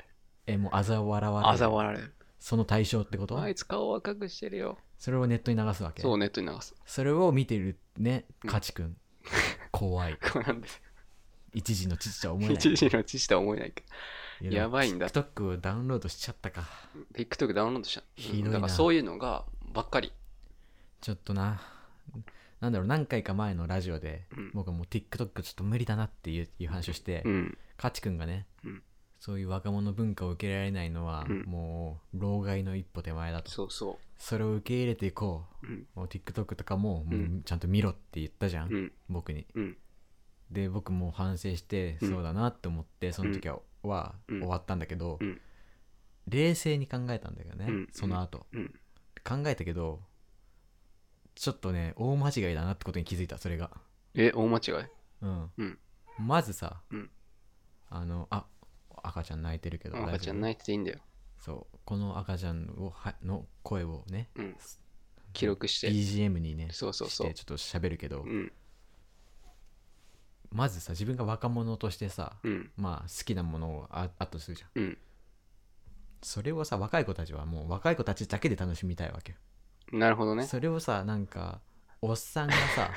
Speaker 1: えもうあざ笑われる
Speaker 2: あざ笑われる。
Speaker 1: その対象ってこと、
Speaker 2: あいつ顔を赤くしてるよ。
Speaker 1: それをネットに流すわけ
Speaker 2: そう、ネットに流す。
Speaker 1: それを見てるね
Speaker 2: うん
Speaker 1: カチ君、怖 い
Speaker 2: こうなんです
Speaker 1: 一時の父とは思え
Speaker 2: よ。
Speaker 1: ない
Speaker 2: 一時の知識とは思えないけ
Speaker 1: い
Speaker 2: ど。やばいんだ。
Speaker 1: TikTok をダウンロードしちゃったか
Speaker 2: TikTok ダウンロードした。
Speaker 1: ひどいな
Speaker 2: だからそういうのがばっかり。
Speaker 1: ちょっとななんだろう何回か前のラジオで、
Speaker 2: うん
Speaker 1: 僕はもう TikTok ちょっと無理だなっていういう話をして、
Speaker 2: うん。
Speaker 1: カチ君がね、
Speaker 2: うん
Speaker 1: そういう若者文化を受けられないのは、
Speaker 2: うん
Speaker 1: もう老害の一歩手前だとそ
Speaker 2: そうそ
Speaker 1: れを受け入れていこ
Speaker 2: う。うん。
Speaker 1: うもう TikTok とかももう
Speaker 2: うん
Speaker 1: ちゃんと見ろって言ったじゃん、
Speaker 2: うん。
Speaker 1: 僕に
Speaker 2: うん。
Speaker 1: で僕も反省して、
Speaker 2: うん
Speaker 1: そうだなって思ってその時は,、は
Speaker 2: うん
Speaker 1: 終わったんだけど、
Speaker 2: うん
Speaker 1: 冷静に考えたんだけどね、
Speaker 2: うん
Speaker 1: その後
Speaker 2: うん。
Speaker 1: 考えたけどちょっとね大間違いだなってことに気づいたそれが
Speaker 2: え、大間違い
Speaker 1: うん、
Speaker 2: うん
Speaker 1: まずさ、
Speaker 2: うん
Speaker 1: あのあ赤ちゃん泣いてるけど
Speaker 2: 赤ちゃん
Speaker 1: い
Speaker 2: 泣いてていいんだよ。
Speaker 1: そうこの赤ちゃんをはの声をね
Speaker 2: うん。記録して。
Speaker 1: BGM にね
Speaker 2: そうそうそう
Speaker 1: してちょっと喋るけど、
Speaker 2: うん。
Speaker 1: まずさ自分が若者としてさ、
Speaker 2: うん。
Speaker 1: まあ好きなものをああったとするじゃん
Speaker 2: うん。
Speaker 1: それをさ若い子たちはもう若い子たちだけで楽しみたいわけよ、
Speaker 2: なるほどね。
Speaker 1: それをさなんかおっさんが さ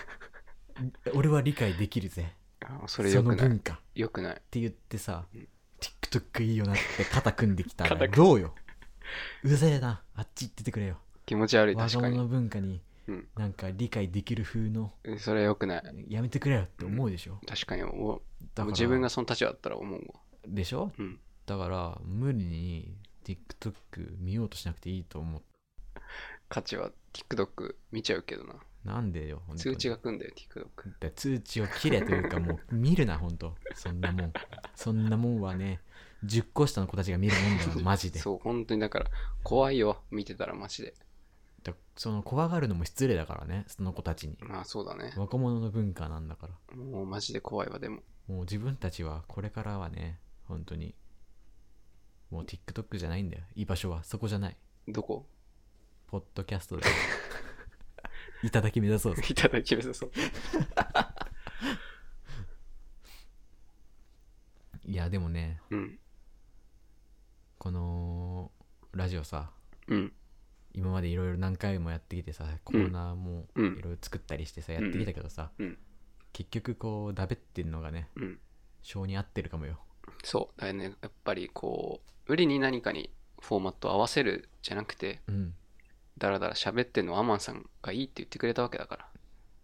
Speaker 1: 俺は理解できるぜ
Speaker 2: あそ
Speaker 1: そ
Speaker 2: れよく
Speaker 1: の
Speaker 2: ない。
Speaker 1: 文化っ
Speaker 2: よくない。
Speaker 1: て言ってさ、
Speaker 2: うん
Speaker 1: TikTok いいよな って肩組んできたら
Speaker 2: 肩組ん
Speaker 1: どうようぜえなあっち行っててくれよ
Speaker 2: 気持ち悪い、確
Speaker 1: 若
Speaker 2: か
Speaker 1: 者の
Speaker 2: に。
Speaker 1: 文化に
Speaker 2: うん
Speaker 1: なんか理解できる風の
Speaker 2: それはよくない。
Speaker 1: やめてくれよって思うでしょ、
Speaker 2: 確かに思う。
Speaker 1: だから
Speaker 2: 自分がその立場だったら思うわ。
Speaker 1: でしょ
Speaker 2: うん。
Speaker 1: だから無理に TikTok 見ようとしなくていいと思う
Speaker 2: 価値は TikTok 見ちゃうけどな。
Speaker 1: なんでよ本当
Speaker 2: 通
Speaker 1: に
Speaker 2: 知が来んだよ、TikTok。
Speaker 1: だから通知を切れというかもう見るなほんとそんなもんそんなもんはね10個下の子たちが見るもんだよマジで
Speaker 2: そう、本当にだから、怖いよ、見てたらマジで。
Speaker 1: だその怖がるのも失礼だからねその子たちに
Speaker 2: まあそうだね。
Speaker 1: 若者の文化なんだから
Speaker 2: もうマジで怖いわ、でも。
Speaker 1: もう自分たちはこれからはね本当にもう TikTok じゃないんだよ居場所はそこじゃない
Speaker 2: どこ
Speaker 1: ポッドキャストでいただき目指そうぜ
Speaker 2: いただきますそう。
Speaker 1: いやでもね
Speaker 2: うん。
Speaker 1: このラジオさ
Speaker 2: うん。
Speaker 1: 今までいろいろ何回もやってきてさコーナーもい
Speaker 2: うん
Speaker 1: ろいろ作ったりしてさ、やってきたけどさ、
Speaker 2: うん
Speaker 1: 結局こうだべってんのがね
Speaker 2: うん。
Speaker 1: 性に合ってるかもよ
Speaker 2: そう。だよね。やっぱりこう、無理に何かにフォーマットを合わせるじゃなくて、
Speaker 1: うん
Speaker 2: だらだら喋ってんのはアマンさんがいいって言ってくれたわけだか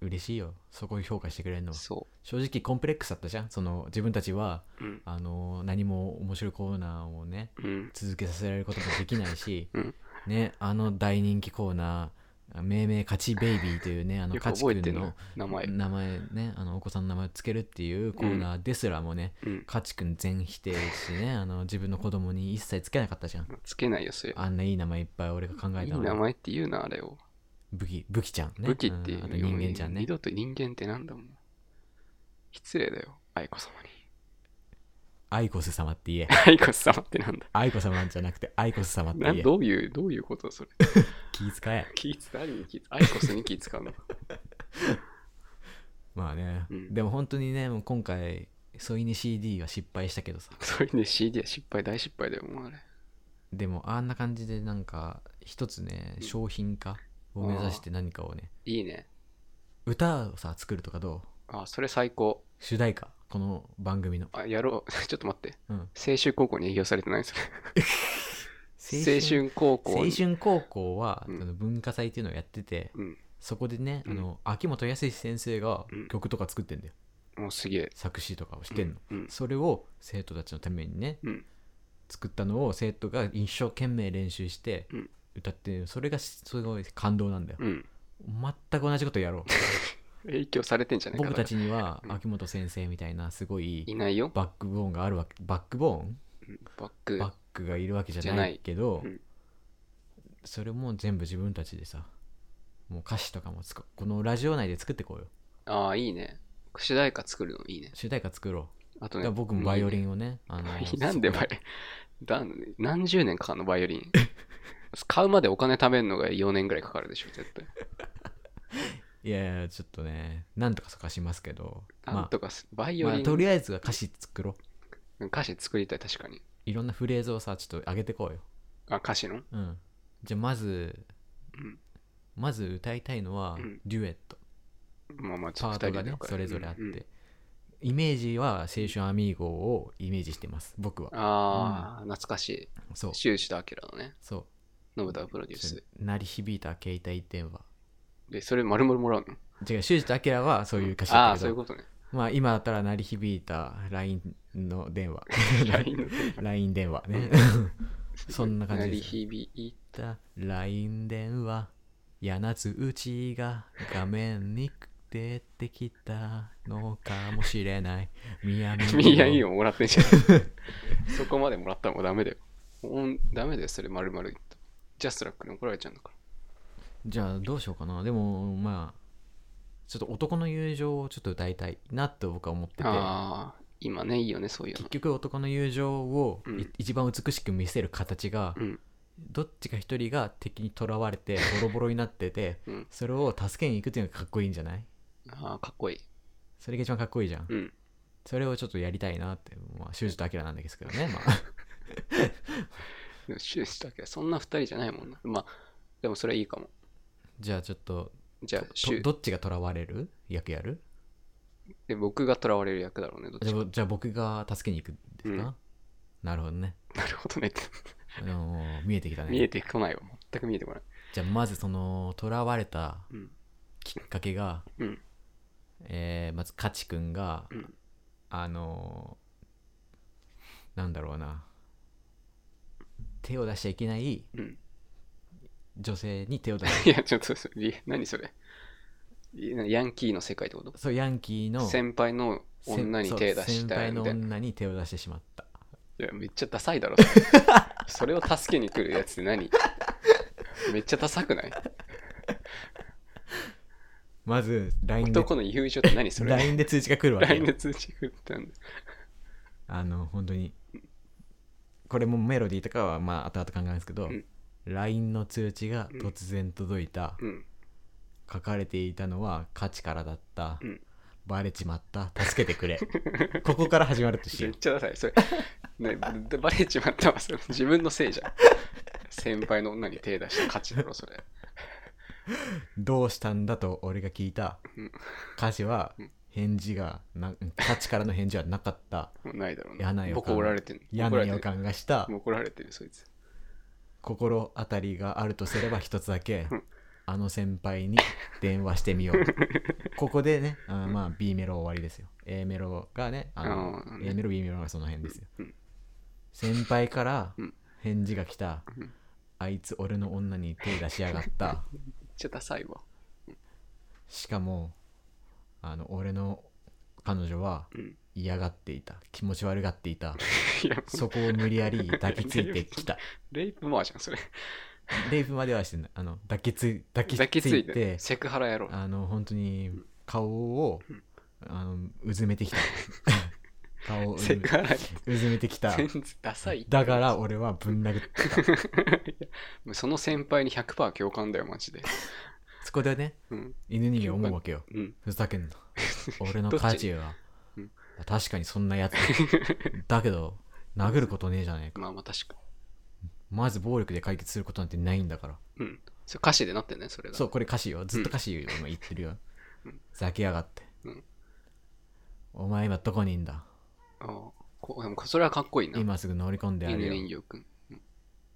Speaker 1: 嬉しいよそこに評価してくれるの
Speaker 2: ら。
Speaker 1: は
Speaker 2: そ
Speaker 1: 正直コンプレックスだったじゃんその自分たちは
Speaker 2: う。うん。
Speaker 1: あのー何も面白いコーナーをね
Speaker 2: うん。
Speaker 1: 続けさせられることもできないし、
Speaker 2: うん
Speaker 1: ねあの大人気コーナー命名勝ちベイビーというねあの
Speaker 2: よく
Speaker 1: 勝ち
Speaker 2: 覚え
Speaker 1: 君
Speaker 2: てん
Speaker 1: の
Speaker 2: の名前。
Speaker 1: 名前ねあのお子さんの名前をつけるっていうコーナーですらもね、
Speaker 2: うん。
Speaker 1: カチ君全否定してねあの自分の子供に一切つけなかったじゃん
Speaker 2: つけないよ、それ。
Speaker 1: あんないい名前いっぱい俺が考え
Speaker 2: いい
Speaker 1: たの
Speaker 2: 名
Speaker 1: に
Speaker 2: 前って言うな、あれを。
Speaker 1: 武器武器ちゃんね
Speaker 2: 武器っていううん
Speaker 1: あと
Speaker 2: のよ
Speaker 1: 人間ちゃんね
Speaker 2: 二度と人間ってなんだもん。失礼だよ、愛子様 に。
Speaker 1: アイコス様って言え
Speaker 2: 愛子様ってなんだ
Speaker 1: アイコ様じゃなくてアイコス様って
Speaker 2: な
Speaker 1: 言え
Speaker 2: どういう、どういうことそれ。
Speaker 1: 気遣え
Speaker 2: 気使うに気使う。愛子スに気使 うの。
Speaker 1: まあね、
Speaker 2: うん
Speaker 1: でも本当にねもう今回添い寝 CD は失敗したけどさ
Speaker 2: それね、CD は失敗、大失敗だよ、もうあれ。
Speaker 1: でもあんな感じでなんか一つね
Speaker 2: うん
Speaker 1: 商品化を目指して何かをね
Speaker 2: いいね。
Speaker 1: 歌をさ作るとかどう
Speaker 2: あ、それ最高。
Speaker 1: 主題歌この番組の
Speaker 2: あ、やろう。 ちょっと待って。
Speaker 1: うん
Speaker 2: 青春高校に営業されてないそれ。青春高校。
Speaker 1: 青春高校は、
Speaker 2: うん
Speaker 1: あの文化祭っていうのをやってて
Speaker 2: うん。
Speaker 1: そこでね、
Speaker 2: うん
Speaker 1: あの秋元康先生が
Speaker 2: うん
Speaker 1: 曲とか作ってんだよ、
Speaker 2: もうすげえ。
Speaker 1: 作詞とかをしてんの、
Speaker 2: うん。
Speaker 1: それを生徒たちのためにね
Speaker 2: うん。
Speaker 1: 作ったのを生徒が一生懸命練習して
Speaker 2: うん
Speaker 1: 歌ってるそれがしすごい感動なんだよ、
Speaker 2: うん。
Speaker 1: 全く同じことやろう
Speaker 2: 影響されてんじゃ ないか
Speaker 1: 僕たちには
Speaker 2: うん
Speaker 1: 秋元先生みたいなすご
Speaker 2: い
Speaker 1: い
Speaker 2: ないよ。
Speaker 1: バックボーンがあるわけバックボーン
Speaker 2: うんバック。
Speaker 1: バックがいるわけじ
Speaker 2: じ
Speaker 1: ゃ
Speaker 2: ゃな
Speaker 1: ないいけど、
Speaker 2: うん
Speaker 1: それも全部自分たちでさもう歌詞とかもつくこのラジオ内で作ってこうよ
Speaker 2: ああ、いいね。主題歌作るのいいね。
Speaker 1: 主題歌作ろ
Speaker 2: あと
Speaker 1: う、
Speaker 2: ね。
Speaker 1: だから僕もバイオリ
Speaker 2: ン。
Speaker 1: ンをねあの
Speaker 2: なんでバイオリンだ何十年かかんのバイオリン。 買うまでお金貯めるのが4年ぐらいかかるでしょ、絶対。
Speaker 1: いやいやちょっとねなんとか探しますけど
Speaker 2: なん
Speaker 1: ま
Speaker 2: とかす、バイ
Speaker 1: あ、
Speaker 2: オ
Speaker 1: まあ
Speaker 2: リン、
Speaker 1: とりあえずは歌詞作ろう
Speaker 2: 歌詞作りたい、確かに。
Speaker 1: いろんなフレーズをさちょっと上げてこうよ、
Speaker 2: あ、歌詞の
Speaker 1: うん、じゃあまず、
Speaker 2: うん
Speaker 1: まず歌いたいのは
Speaker 2: うん
Speaker 1: デュエット、
Speaker 2: まあまあ、ちょ
Speaker 1: パ
Speaker 2: っ
Speaker 1: ー
Speaker 2: と
Speaker 1: ト
Speaker 2: 二人
Speaker 1: が
Speaker 2: で
Speaker 1: ね
Speaker 2: やから
Speaker 1: それぞれあって、
Speaker 2: うんうん
Speaker 1: イメージは青春アミーゴをイメージしてます僕は
Speaker 2: ああ、懐かしい。
Speaker 1: そう
Speaker 2: 修士とアキラのね、
Speaker 1: そう
Speaker 2: 信田プロデュー
Speaker 1: そ
Speaker 2: ス
Speaker 1: れ。鳴り響いた携帯電話
Speaker 2: で、それ丸々もらうの
Speaker 1: 違う修二とアキラはそういう歌詞
Speaker 2: あ
Speaker 1: だ
Speaker 2: あー、
Speaker 1: った
Speaker 2: そう
Speaker 1: け
Speaker 2: いう
Speaker 1: ど
Speaker 2: こ とね。
Speaker 1: まあ今だったら鳴り響いた LINE の電 話
Speaker 2: LINE の
Speaker 1: LINE 電話ね そんな感じで
Speaker 2: 鳴り
Speaker 1: すよ
Speaker 2: 響い
Speaker 1: だ LINE 電話柳津うちが画面に出てきたのかもしれ ない宮
Speaker 2: た。
Speaker 1: 城
Speaker 2: ミヤインをもらってん じゃん。そこまでもらったらもうダメだよ。ほんダメだよ、それ丸々言った。ジャストラックに怒られちゃうんだから。
Speaker 1: じゃあどうしようかなでもまあちょっと男の友情をちょっと歌いたいなと僕は思ってて
Speaker 2: ああ、今ね、いいよね、そういう
Speaker 1: 結
Speaker 2: の。
Speaker 1: 局男の友情をい、
Speaker 2: うん
Speaker 1: 一番美しく見せる形が、
Speaker 2: うん
Speaker 1: どっちか一人が敵にとらわれてボロボロになってて、
Speaker 2: うん
Speaker 1: それを助けに行くっていうのがかっこいいんじゃない
Speaker 2: ああ、かっこいい。
Speaker 1: それが一番かっこいいじゃん、
Speaker 2: うん。
Speaker 1: それをちょっとやりたいなってまあ修二と明なんですけど ね、まあ、
Speaker 2: でも修士とアキラ、そんな二人じゃないもんな。まあ、でもそれいいかも。
Speaker 1: じゃあちょっと
Speaker 2: じゃあ、
Speaker 1: と
Speaker 2: 修
Speaker 1: どっちがとらわれる役やる
Speaker 2: で僕が囚われる役だろうね、どっ
Speaker 1: じ
Speaker 2: ち
Speaker 1: ゃ
Speaker 2: か。
Speaker 1: あじゃあ僕が助けに行くんですか、
Speaker 2: うん
Speaker 1: なるほどね、
Speaker 2: なるほどねって。
Speaker 1: あのー見えてきたね
Speaker 2: 見えてこないわ。全く見えてこない。
Speaker 1: じゃあまずそのとらわれた
Speaker 2: うん。
Speaker 1: きっかけが、
Speaker 2: うん。
Speaker 1: えーまずカチ君が、
Speaker 2: うん
Speaker 1: あのーなんだろうな手を出しちゃいけない
Speaker 2: うん。
Speaker 1: 女性に手を出 し
Speaker 2: いや、ちょっとそれ、リ何それ。いなヤンキーの世界ってこ
Speaker 1: そうヤンキー
Speaker 2: と
Speaker 1: の
Speaker 2: 先輩の
Speaker 1: せん
Speaker 2: 女に手出したい
Speaker 1: そう
Speaker 2: み
Speaker 1: 先
Speaker 2: たい
Speaker 1: 輩の
Speaker 2: な。
Speaker 1: 女に手を出してしまった
Speaker 2: いや、めっちゃダサいだ ろ。それそれを助けに来るやつって何めっちゃダサくない
Speaker 1: まず LINE で
Speaker 2: 男の友情って何それ
Speaker 1: LINE で通知が来るわけ
Speaker 2: ?LINE
Speaker 1: よ
Speaker 2: で通知来ったんだ。
Speaker 1: あの本当にこれもメロディーとかはまあ後々考えるんですけど、
Speaker 2: うん
Speaker 1: LINE の通知が突然届いた、
Speaker 2: うん。
Speaker 1: 書かれていたのは価値からだった、
Speaker 2: うん
Speaker 1: バレちまった助けてく れここから始まるとし
Speaker 2: め
Speaker 1: よ
Speaker 2: っちゃダサい。それ、ね、ばバレちまったわ。それ自分のせいじゃん。先輩の女に手出した価値だろ、それ。
Speaker 1: どうしたんだと俺が聞いた
Speaker 2: うん
Speaker 1: 価値は
Speaker 2: うん
Speaker 1: 返事がな価値からの返事はなかった
Speaker 2: もうないだろう
Speaker 1: 嫌な予
Speaker 2: 僕
Speaker 1: 感
Speaker 2: 怒られてる。
Speaker 1: 嫌
Speaker 2: 怒
Speaker 1: な
Speaker 2: られて
Speaker 1: 予
Speaker 2: る。
Speaker 1: 感がした
Speaker 2: もう怒られてる、そいつ。
Speaker 1: 心当たりがあるとすれば一つだけ
Speaker 2: うん
Speaker 1: あの先輩に電話してみようここでねあーまあ B メロ終わりですよ A メロがねあの
Speaker 2: あーね
Speaker 1: A メロ B メロがその辺ですよ
Speaker 2: うん
Speaker 1: 先輩から
Speaker 2: うん
Speaker 1: 返事が来た
Speaker 2: うん
Speaker 1: あいつ俺の女に手出しやがった
Speaker 2: めっちゃダサい わ。
Speaker 1: しかもあの俺の彼女は
Speaker 2: うん。
Speaker 1: 嫌がっていた気持ち悪がっていた
Speaker 2: いや、もう
Speaker 1: そこを無理やり抱きついて きた
Speaker 2: レイプモアじゃん、それ。
Speaker 1: レイプまではしてないあの抱きつい抱き
Speaker 2: 抱きつ
Speaker 1: つ
Speaker 2: い
Speaker 1: い
Speaker 2: て
Speaker 1: て、
Speaker 2: セクハラやろう。
Speaker 1: あの本当に顔を
Speaker 2: うん
Speaker 1: あのうずめ てきた顔をうず
Speaker 2: セ
Speaker 1: め
Speaker 2: クハラや
Speaker 1: うずめてきた
Speaker 2: 全然ダサい。
Speaker 1: だから俺はぶん殴っ
Speaker 2: いやもうその先輩に100%共感だよ、マジで。
Speaker 1: そこでね
Speaker 2: うん。
Speaker 1: 犬に思うわけよ
Speaker 2: うん。
Speaker 1: ふざけ んな俺の価値は
Speaker 2: うん
Speaker 1: 確かにそんなやつだけど殴ることねえじゃねえか
Speaker 2: まあまあ確か
Speaker 1: まず暴力で解決することなんてないんだから
Speaker 2: に。うん。それ歌詞でなってんね、それが。
Speaker 1: そうこれ歌詞よずっと歌詞を今言ってるよ
Speaker 2: うん
Speaker 1: ざけやがって
Speaker 2: うん
Speaker 1: お前今どこにいんだ
Speaker 2: ああこでもそれはかっこいいな。
Speaker 1: 今すぐ乗り込んでやる
Speaker 2: 犬
Speaker 1: よ
Speaker 2: 人形くん。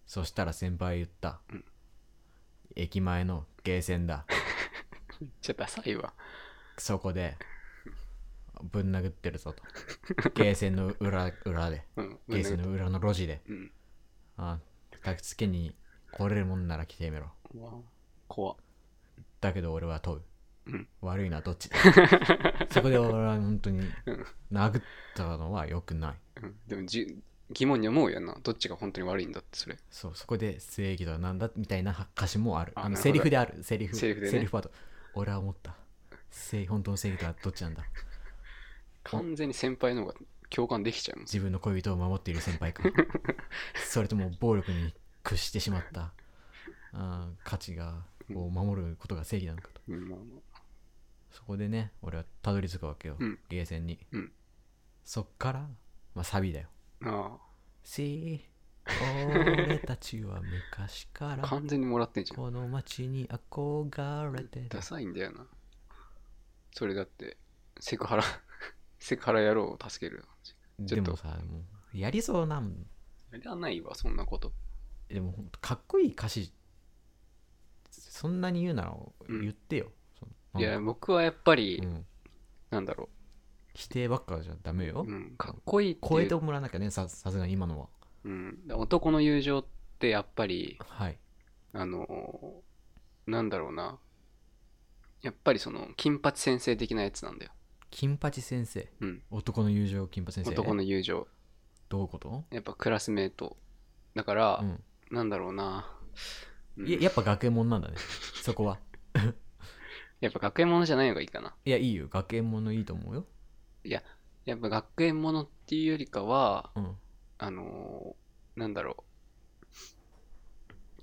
Speaker 1: そしたら先輩言った、
Speaker 2: うん
Speaker 1: 駅前のゲーセンだ
Speaker 2: めっちゃダサいわ。
Speaker 1: そこでぶん殴ってるぞとゲーセンの裏裏で
Speaker 2: うん。
Speaker 1: ゲーセンの裏の路地で
Speaker 2: うん。
Speaker 1: あ助けに来れるもんなら来てみろ
Speaker 2: うわ怖っ
Speaker 1: だけど俺は問う、
Speaker 2: うん
Speaker 1: 悪いのはどっ ちだそこで俺は本当に
Speaker 2: うん
Speaker 1: 殴ったのは良くない
Speaker 2: うん。でもじ疑問に思うやんな。どっちが本当に悪いんだって、それ。
Speaker 1: そうそこで正義とは何だみたいな歌詞もある
Speaker 2: あ
Speaker 1: あの
Speaker 2: なるほど
Speaker 1: セリフであるセリフ
Speaker 2: セリフでね
Speaker 1: パート俺は思った正本当の正義とはどっちなんだ
Speaker 2: 完全に先輩の方が共感できちゃうもん。
Speaker 1: 自分の恋人を守っている先輩 かそれとも暴力に屈してしまったあー価値がを守ることが正義なのかと
Speaker 2: うん、まあまあ。
Speaker 1: そこでね俺はたどり着くわけよ、
Speaker 2: うん
Speaker 1: ゲーセンに、
Speaker 2: うん
Speaker 1: そっから、まあ、サビだよ
Speaker 2: あ
Speaker 1: 「し俺たちは昔か
Speaker 2: あ、
Speaker 1: ら
Speaker 2: 完全にもらってんじゃん。
Speaker 1: この街に憧れてる」
Speaker 2: ダサいんだよな。それだって、セクハラ、 セクハラ野郎を助ける。ちょ
Speaker 1: で
Speaker 2: っと
Speaker 1: もさ、もうやりそうなもん。
Speaker 2: やらないわ、そんなこと。
Speaker 1: でも、ほんとかっこいい歌詞、そんなに言うなら
Speaker 2: うん
Speaker 1: 言ってよ。そ
Speaker 2: い
Speaker 1: の
Speaker 2: や、、僕はやっぱり、
Speaker 1: うん
Speaker 2: なんだろ
Speaker 1: 否定ばっかじゃダメよ
Speaker 2: う、う。ん、かっこいいって
Speaker 1: 超
Speaker 2: い
Speaker 1: え
Speaker 2: う
Speaker 1: てもらわなきゃね、ささすがに今のは。
Speaker 2: うん、男の友情ってやっぱり、
Speaker 1: はい。
Speaker 2: あのーなんだろうな。やっぱりその、金八先生的なやつなんだよ。
Speaker 1: 金八先生。
Speaker 2: うん
Speaker 1: 男の友情、金八先生。
Speaker 2: 男の友情。
Speaker 1: どういうこと
Speaker 2: やっぱクラスメート。だから
Speaker 1: う、ん。
Speaker 2: なんだろうな。うん
Speaker 1: いややっぱ学園もん なんだね。そこは。
Speaker 2: やっぱ学園ものじゃないのがいいかな。
Speaker 1: いや、いいよ。学園ものいいと思うよ。
Speaker 2: いや、やっぱ学園ものっていうよりかは、
Speaker 1: うん。
Speaker 2: あのーなんだろう。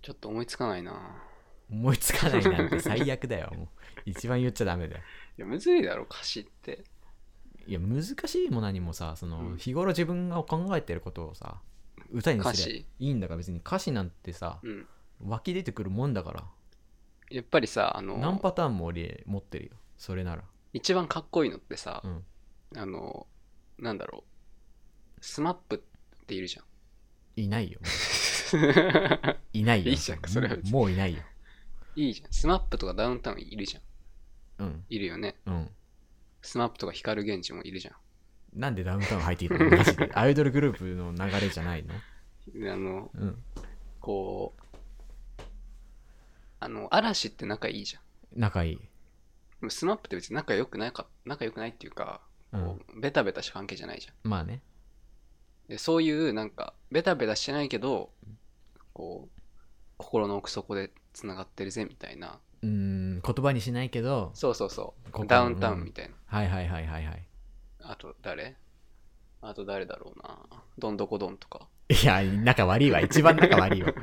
Speaker 2: ちょっと思いつかないな。
Speaker 1: 思いつかないなんて最悪だよ。もう一番言っちゃダメだよ。
Speaker 2: いや、むずいだろ、歌詞って。
Speaker 1: いや難しいも何もさその、
Speaker 2: うん
Speaker 1: 日頃自分が考えてることをさ歌に
Speaker 2: 歌
Speaker 1: すりゃ
Speaker 2: 詞。
Speaker 1: いいんだから別に歌詞なんてさ、
Speaker 2: うん。
Speaker 1: 湧き出てくるもんだから
Speaker 2: やっぱりさ、あのー
Speaker 1: 何パターンも俺持ってるよそれなら
Speaker 2: 一番かっこいいのってさ、
Speaker 1: うん
Speaker 2: あのーなんだろう。スマップっているじ ゃん。
Speaker 1: いないよもういないよ
Speaker 2: いいじゃんそれは別に
Speaker 1: もうもういないよ
Speaker 2: いいじゃん。スマップとかダウンタウンいるじゃん。
Speaker 1: うん
Speaker 2: いるよね。
Speaker 1: うん
Speaker 2: スマップとか光源氏もいるじゃん。
Speaker 1: なんでダウンタウン入っていた のマジでアイドルグループの流れじゃないの
Speaker 2: であの、
Speaker 1: うん
Speaker 2: こう、あの、嵐って仲いいじゃん。
Speaker 1: 仲いい
Speaker 2: でもスマップって別に仲良くないか、仲良くないっていうか、こうベタベタした関係じゃないじゃん。
Speaker 1: まあね
Speaker 2: でそういうなんかベタベタしてないけどこう心の奥底でつながってるぜみたいな
Speaker 1: うーん言葉にしないけど
Speaker 2: そうそうそ
Speaker 1: 心
Speaker 2: うダウンタウンみたいな、
Speaker 1: はいはいはいはいはい
Speaker 2: あと誰あと誰だろうなどんどこどんとか
Speaker 1: いや仲悪いわ一番仲悪いわ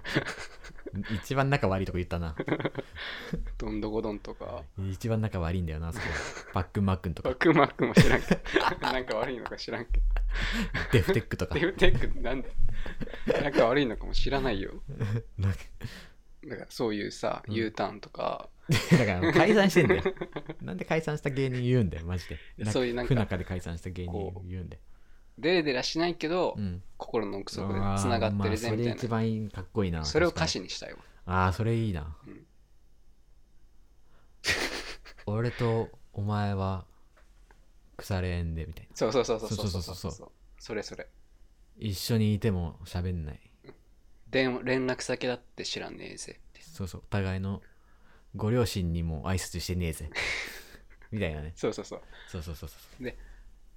Speaker 1: 一番仲悪いとこ言ったな。
Speaker 2: どんどこどんとか、
Speaker 1: 一番仲悪いんだよな、そこ。バックンマックンと
Speaker 2: バ
Speaker 1: か
Speaker 2: ッ、クマックも知 らんけど、なんか悪いのか知らんけ
Speaker 1: デフテックとか
Speaker 2: ど、デ。ブテックなんで、なんか悪いのかも知らないよ。
Speaker 1: なんか
Speaker 2: だからそういうさ、
Speaker 1: うん
Speaker 2: U ターンとか、
Speaker 1: だから解散してんだよ。なんで解散した芸人言うんだよ、マジで。
Speaker 2: そういうなんか
Speaker 1: 不仲で解散した芸人
Speaker 2: こう
Speaker 1: 言うんだよ。
Speaker 2: デレデレしないけど、
Speaker 1: うん。
Speaker 2: 心の奥底で
Speaker 1: あー
Speaker 2: つながってるぜ
Speaker 1: まあ
Speaker 2: みた
Speaker 1: それ一
Speaker 2: いな。
Speaker 1: 番いいかっこいいな。
Speaker 2: それを歌
Speaker 1: 確か
Speaker 2: 詞にしたよ。
Speaker 1: に。ああ、それいいな。
Speaker 2: うん
Speaker 1: 俺とお前は腐れ縁でみたいな。
Speaker 2: そうそうそうそう
Speaker 1: そ
Speaker 2: そうう
Speaker 1: そ
Speaker 2: そうう
Speaker 1: そ
Speaker 2: そうう
Speaker 1: そ
Speaker 2: そうう。それそれ。
Speaker 1: 一緒にいても喋んない。
Speaker 2: で連絡先だって知らねえぜって。
Speaker 1: そうそう、お互いのご両親にも挨拶してねえ ぜ。みたいなね。
Speaker 2: そうそうそう。
Speaker 1: そうそうそうそう。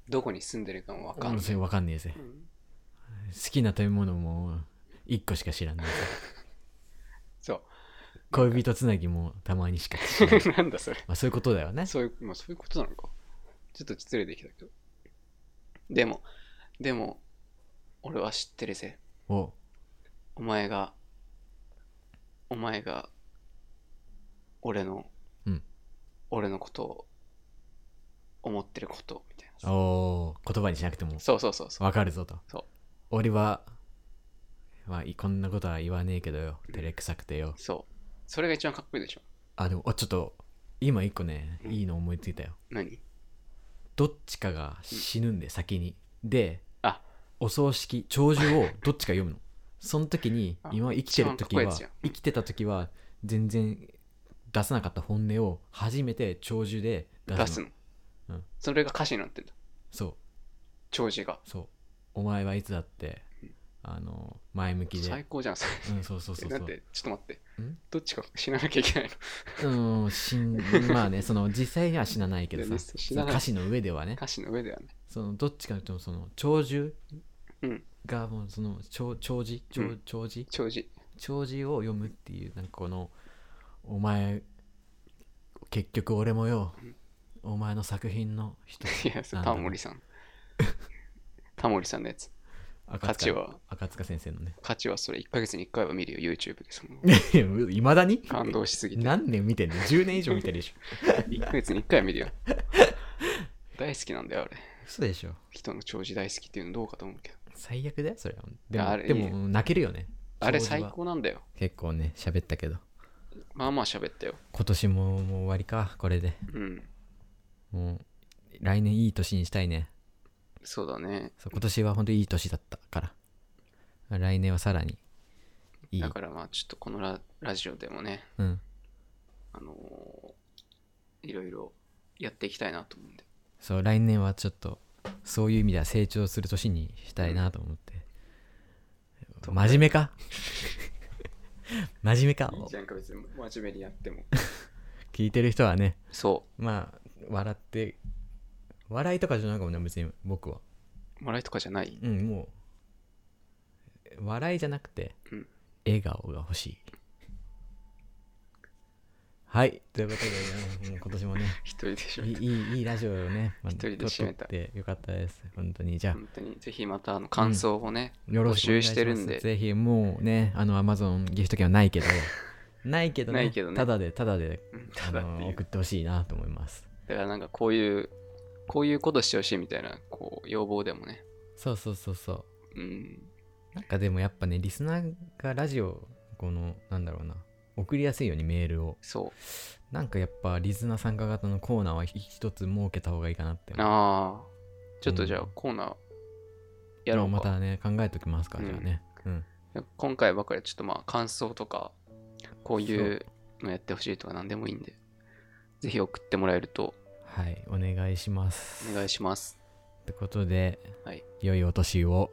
Speaker 2: どこに住んでるかもわかんない。
Speaker 1: それわかんねえぜ
Speaker 2: う。ん
Speaker 1: 好きな食べ物も一個しか知らない。
Speaker 2: そ
Speaker 1: 恋人つなぎもたまにしか知らない。
Speaker 2: う。なんだそれ。
Speaker 1: まあそういうことだよね。
Speaker 2: そういう、まあ、そういうことなのか。ちょっと失礼できたけど。でも、でも、俺は知ってるぜ。
Speaker 1: お
Speaker 2: お前が、お前が、俺の、
Speaker 1: うん
Speaker 2: 俺のことを、思ってることをみたいな。
Speaker 1: おー言葉にしなくても
Speaker 2: そうそうそうそう。
Speaker 1: わかるぞと。
Speaker 2: そう
Speaker 1: 俺は、まあ、いこんなことは言わねえけどよ。照れくさくてよ。
Speaker 2: そう。それが一番かっこいいでしょ。
Speaker 1: あ、でも、あちょっと、今一個ね、
Speaker 2: うん
Speaker 1: いいの思いついたよ。
Speaker 2: 何
Speaker 1: どっちかが死ぬんで、先に。で、
Speaker 2: あ
Speaker 1: お葬式、長寿をどっちか読むの。その時に
Speaker 2: あ、
Speaker 1: 今生きてる時
Speaker 2: 一番かっこいいや
Speaker 1: は
Speaker 2: つやん、
Speaker 1: 生きてた時は、全然出さなかった本音を初めて長寿で出すの。
Speaker 2: 出すの。
Speaker 1: うん
Speaker 2: それが歌詞になってんだ。
Speaker 1: そう。
Speaker 2: 長寿が。
Speaker 1: そうお前はいつだってあの前向きで
Speaker 2: 最高じゃん、それ。
Speaker 1: うんそうそうそう
Speaker 2: え
Speaker 1: そ
Speaker 2: だっ
Speaker 1: う
Speaker 2: て、ちょっと待って
Speaker 1: ん。
Speaker 2: どっちか死ななきゃいけないの。
Speaker 1: うん死んまあねその実際には死なないけど
Speaker 2: いや
Speaker 1: さ
Speaker 2: 実際死なない
Speaker 1: 歌詞の上ではね
Speaker 2: 歌詞の上ではね。
Speaker 1: そのどっちかともその長寿
Speaker 2: うん
Speaker 1: がもうその長長寿
Speaker 2: う
Speaker 1: 長
Speaker 2: ん
Speaker 1: 長寿
Speaker 2: 長寿。
Speaker 1: 長寿を読むっていうなんかこのお前結局俺もよ
Speaker 2: うん
Speaker 1: お前の作品の人
Speaker 2: いや、それタモリさん。タモリさん のやつ。
Speaker 1: 赤
Speaker 2: 価値
Speaker 1: 塚
Speaker 2: は、
Speaker 1: 赤塚先生のね
Speaker 2: 価値はそれ1ヶ月に1回は見るよ、YouTube で。その
Speaker 1: いまだに
Speaker 2: 感動しすぎて。
Speaker 1: 何年見てんの10年以上見てるでしょ
Speaker 2: 1ヶ月に1回は見るよ。大好きなんだよ、あれ。
Speaker 1: 嘘でしょ
Speaker 2: 人の長寿大好きっていうのどうかと思うけど。
Speaker 1: 最悪だよそれはで
Speaker 2: や
Speaker 1: も
Speaker 2: あれ
Speaker 1: で
Speaker 2: いい
Speaker 1: も泣けるよね
Speaker 2: あれ
Speaker 1: 掃除は
Speaker 2: 最高なんだよ。
Speaker 1: 結構ね喋ったけど
Speaker 2: まあまあ喋ったよ。
Speaker 1: 今年ももう終わりかこれで
Speaker 2: うん。
Speaker 1: もう来年いい年にしたいね
Speaker 2: そうだね。
Speaker 1: そう今年は本当にいい年だったから来年はさらにいい
Speaker 2: だからまあちょっとこのララジオでもね、
Speaker 1: うん
Speaker 2: あのーいろいろやっていきたいなと思うんで。
Speaker 1: そう来年はちょっとそういう意味では成長する年にしたいなと思って、
Speaker 2: うん
Speaker 1: 真面目 か真面目か
Speaker 2: いいじゃんか別に真面目にやっても。
Speaker 1: 聞いてる人はね
Speaker 2: そ
Speaker 1: まあ笑って笑いとかじゃないかもね別に僕は
Speaker 2: う。笑いとかじゃない。
Speaker 1: うんもう笑いじゃなくて、
Speaker 2: うん
Speaker 1: 笑顔が欲しいはいということで、ね、もう今年 もね
Speaker 2: 一人でしょ
Speaker 1: い。いいいいラジオをね、まあ
Speaker 2: 一人で締め
Speaker 1: 撮
Speaker 2: た
Speaker 1: ってよかったです本当にじゃあ、
Speaker 2: 本当にぜひまたあの感想をね、
Speaker 1: よろ
Speaker 2: 募
Speaker 1: しくお願い
Speaker 2: 集
Speaker 1: し
Speaker 2: し
Speaker 1: ます
Speaker 2: てるんで、
Speaker 1: ぜひもうねあの Amazon ギフト券はないけどないけどね
Speaker 2: ないけどね
Speaker 1: ただでただで
Speaker 2: うん
Speaker 1: あ
Speaker 2: ただって
Speaker 1: の
Speaker 2: いう
Speaker 1: 送。ってほしいなと思います
Speaker 2: だからなんかこういう、こういうことしてほしいみたいなこう要望でもね。
Speaker 1: そうそうそうそう
Speaker 2: うん。
Speaker 1: なんかでもやっぱねリスナーがラジオこのなんだろうな送りやすいようにメールを
Speaker 2: そ
Speaker 1: なんかやっぱリズナ参加型のコーナーは一つ設けた方がいいかなって
Speaker 2: う。ああ。ちょっ
Speaker 1: う
Speaker 2: と
Speaker 1: ん
Speaker 2: じゃあコーナーやろうか。
Speaker 1: またね考えときますからじゃあね、うん
Speaker 2: 今回ばっかりちょっとまあ感想とかこういうのやってほしいとか何でもいいんでぜひ送ってもらえると
Speaker 1: はいお願いします
Speaker 2: お願いします
Speaker 1: ってことで、
Speaker 2: はい
Speaker 1: 良いお年を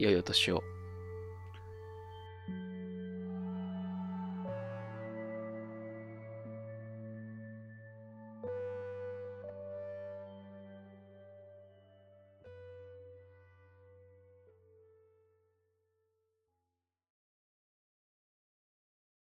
Speaker 2: 良いお年を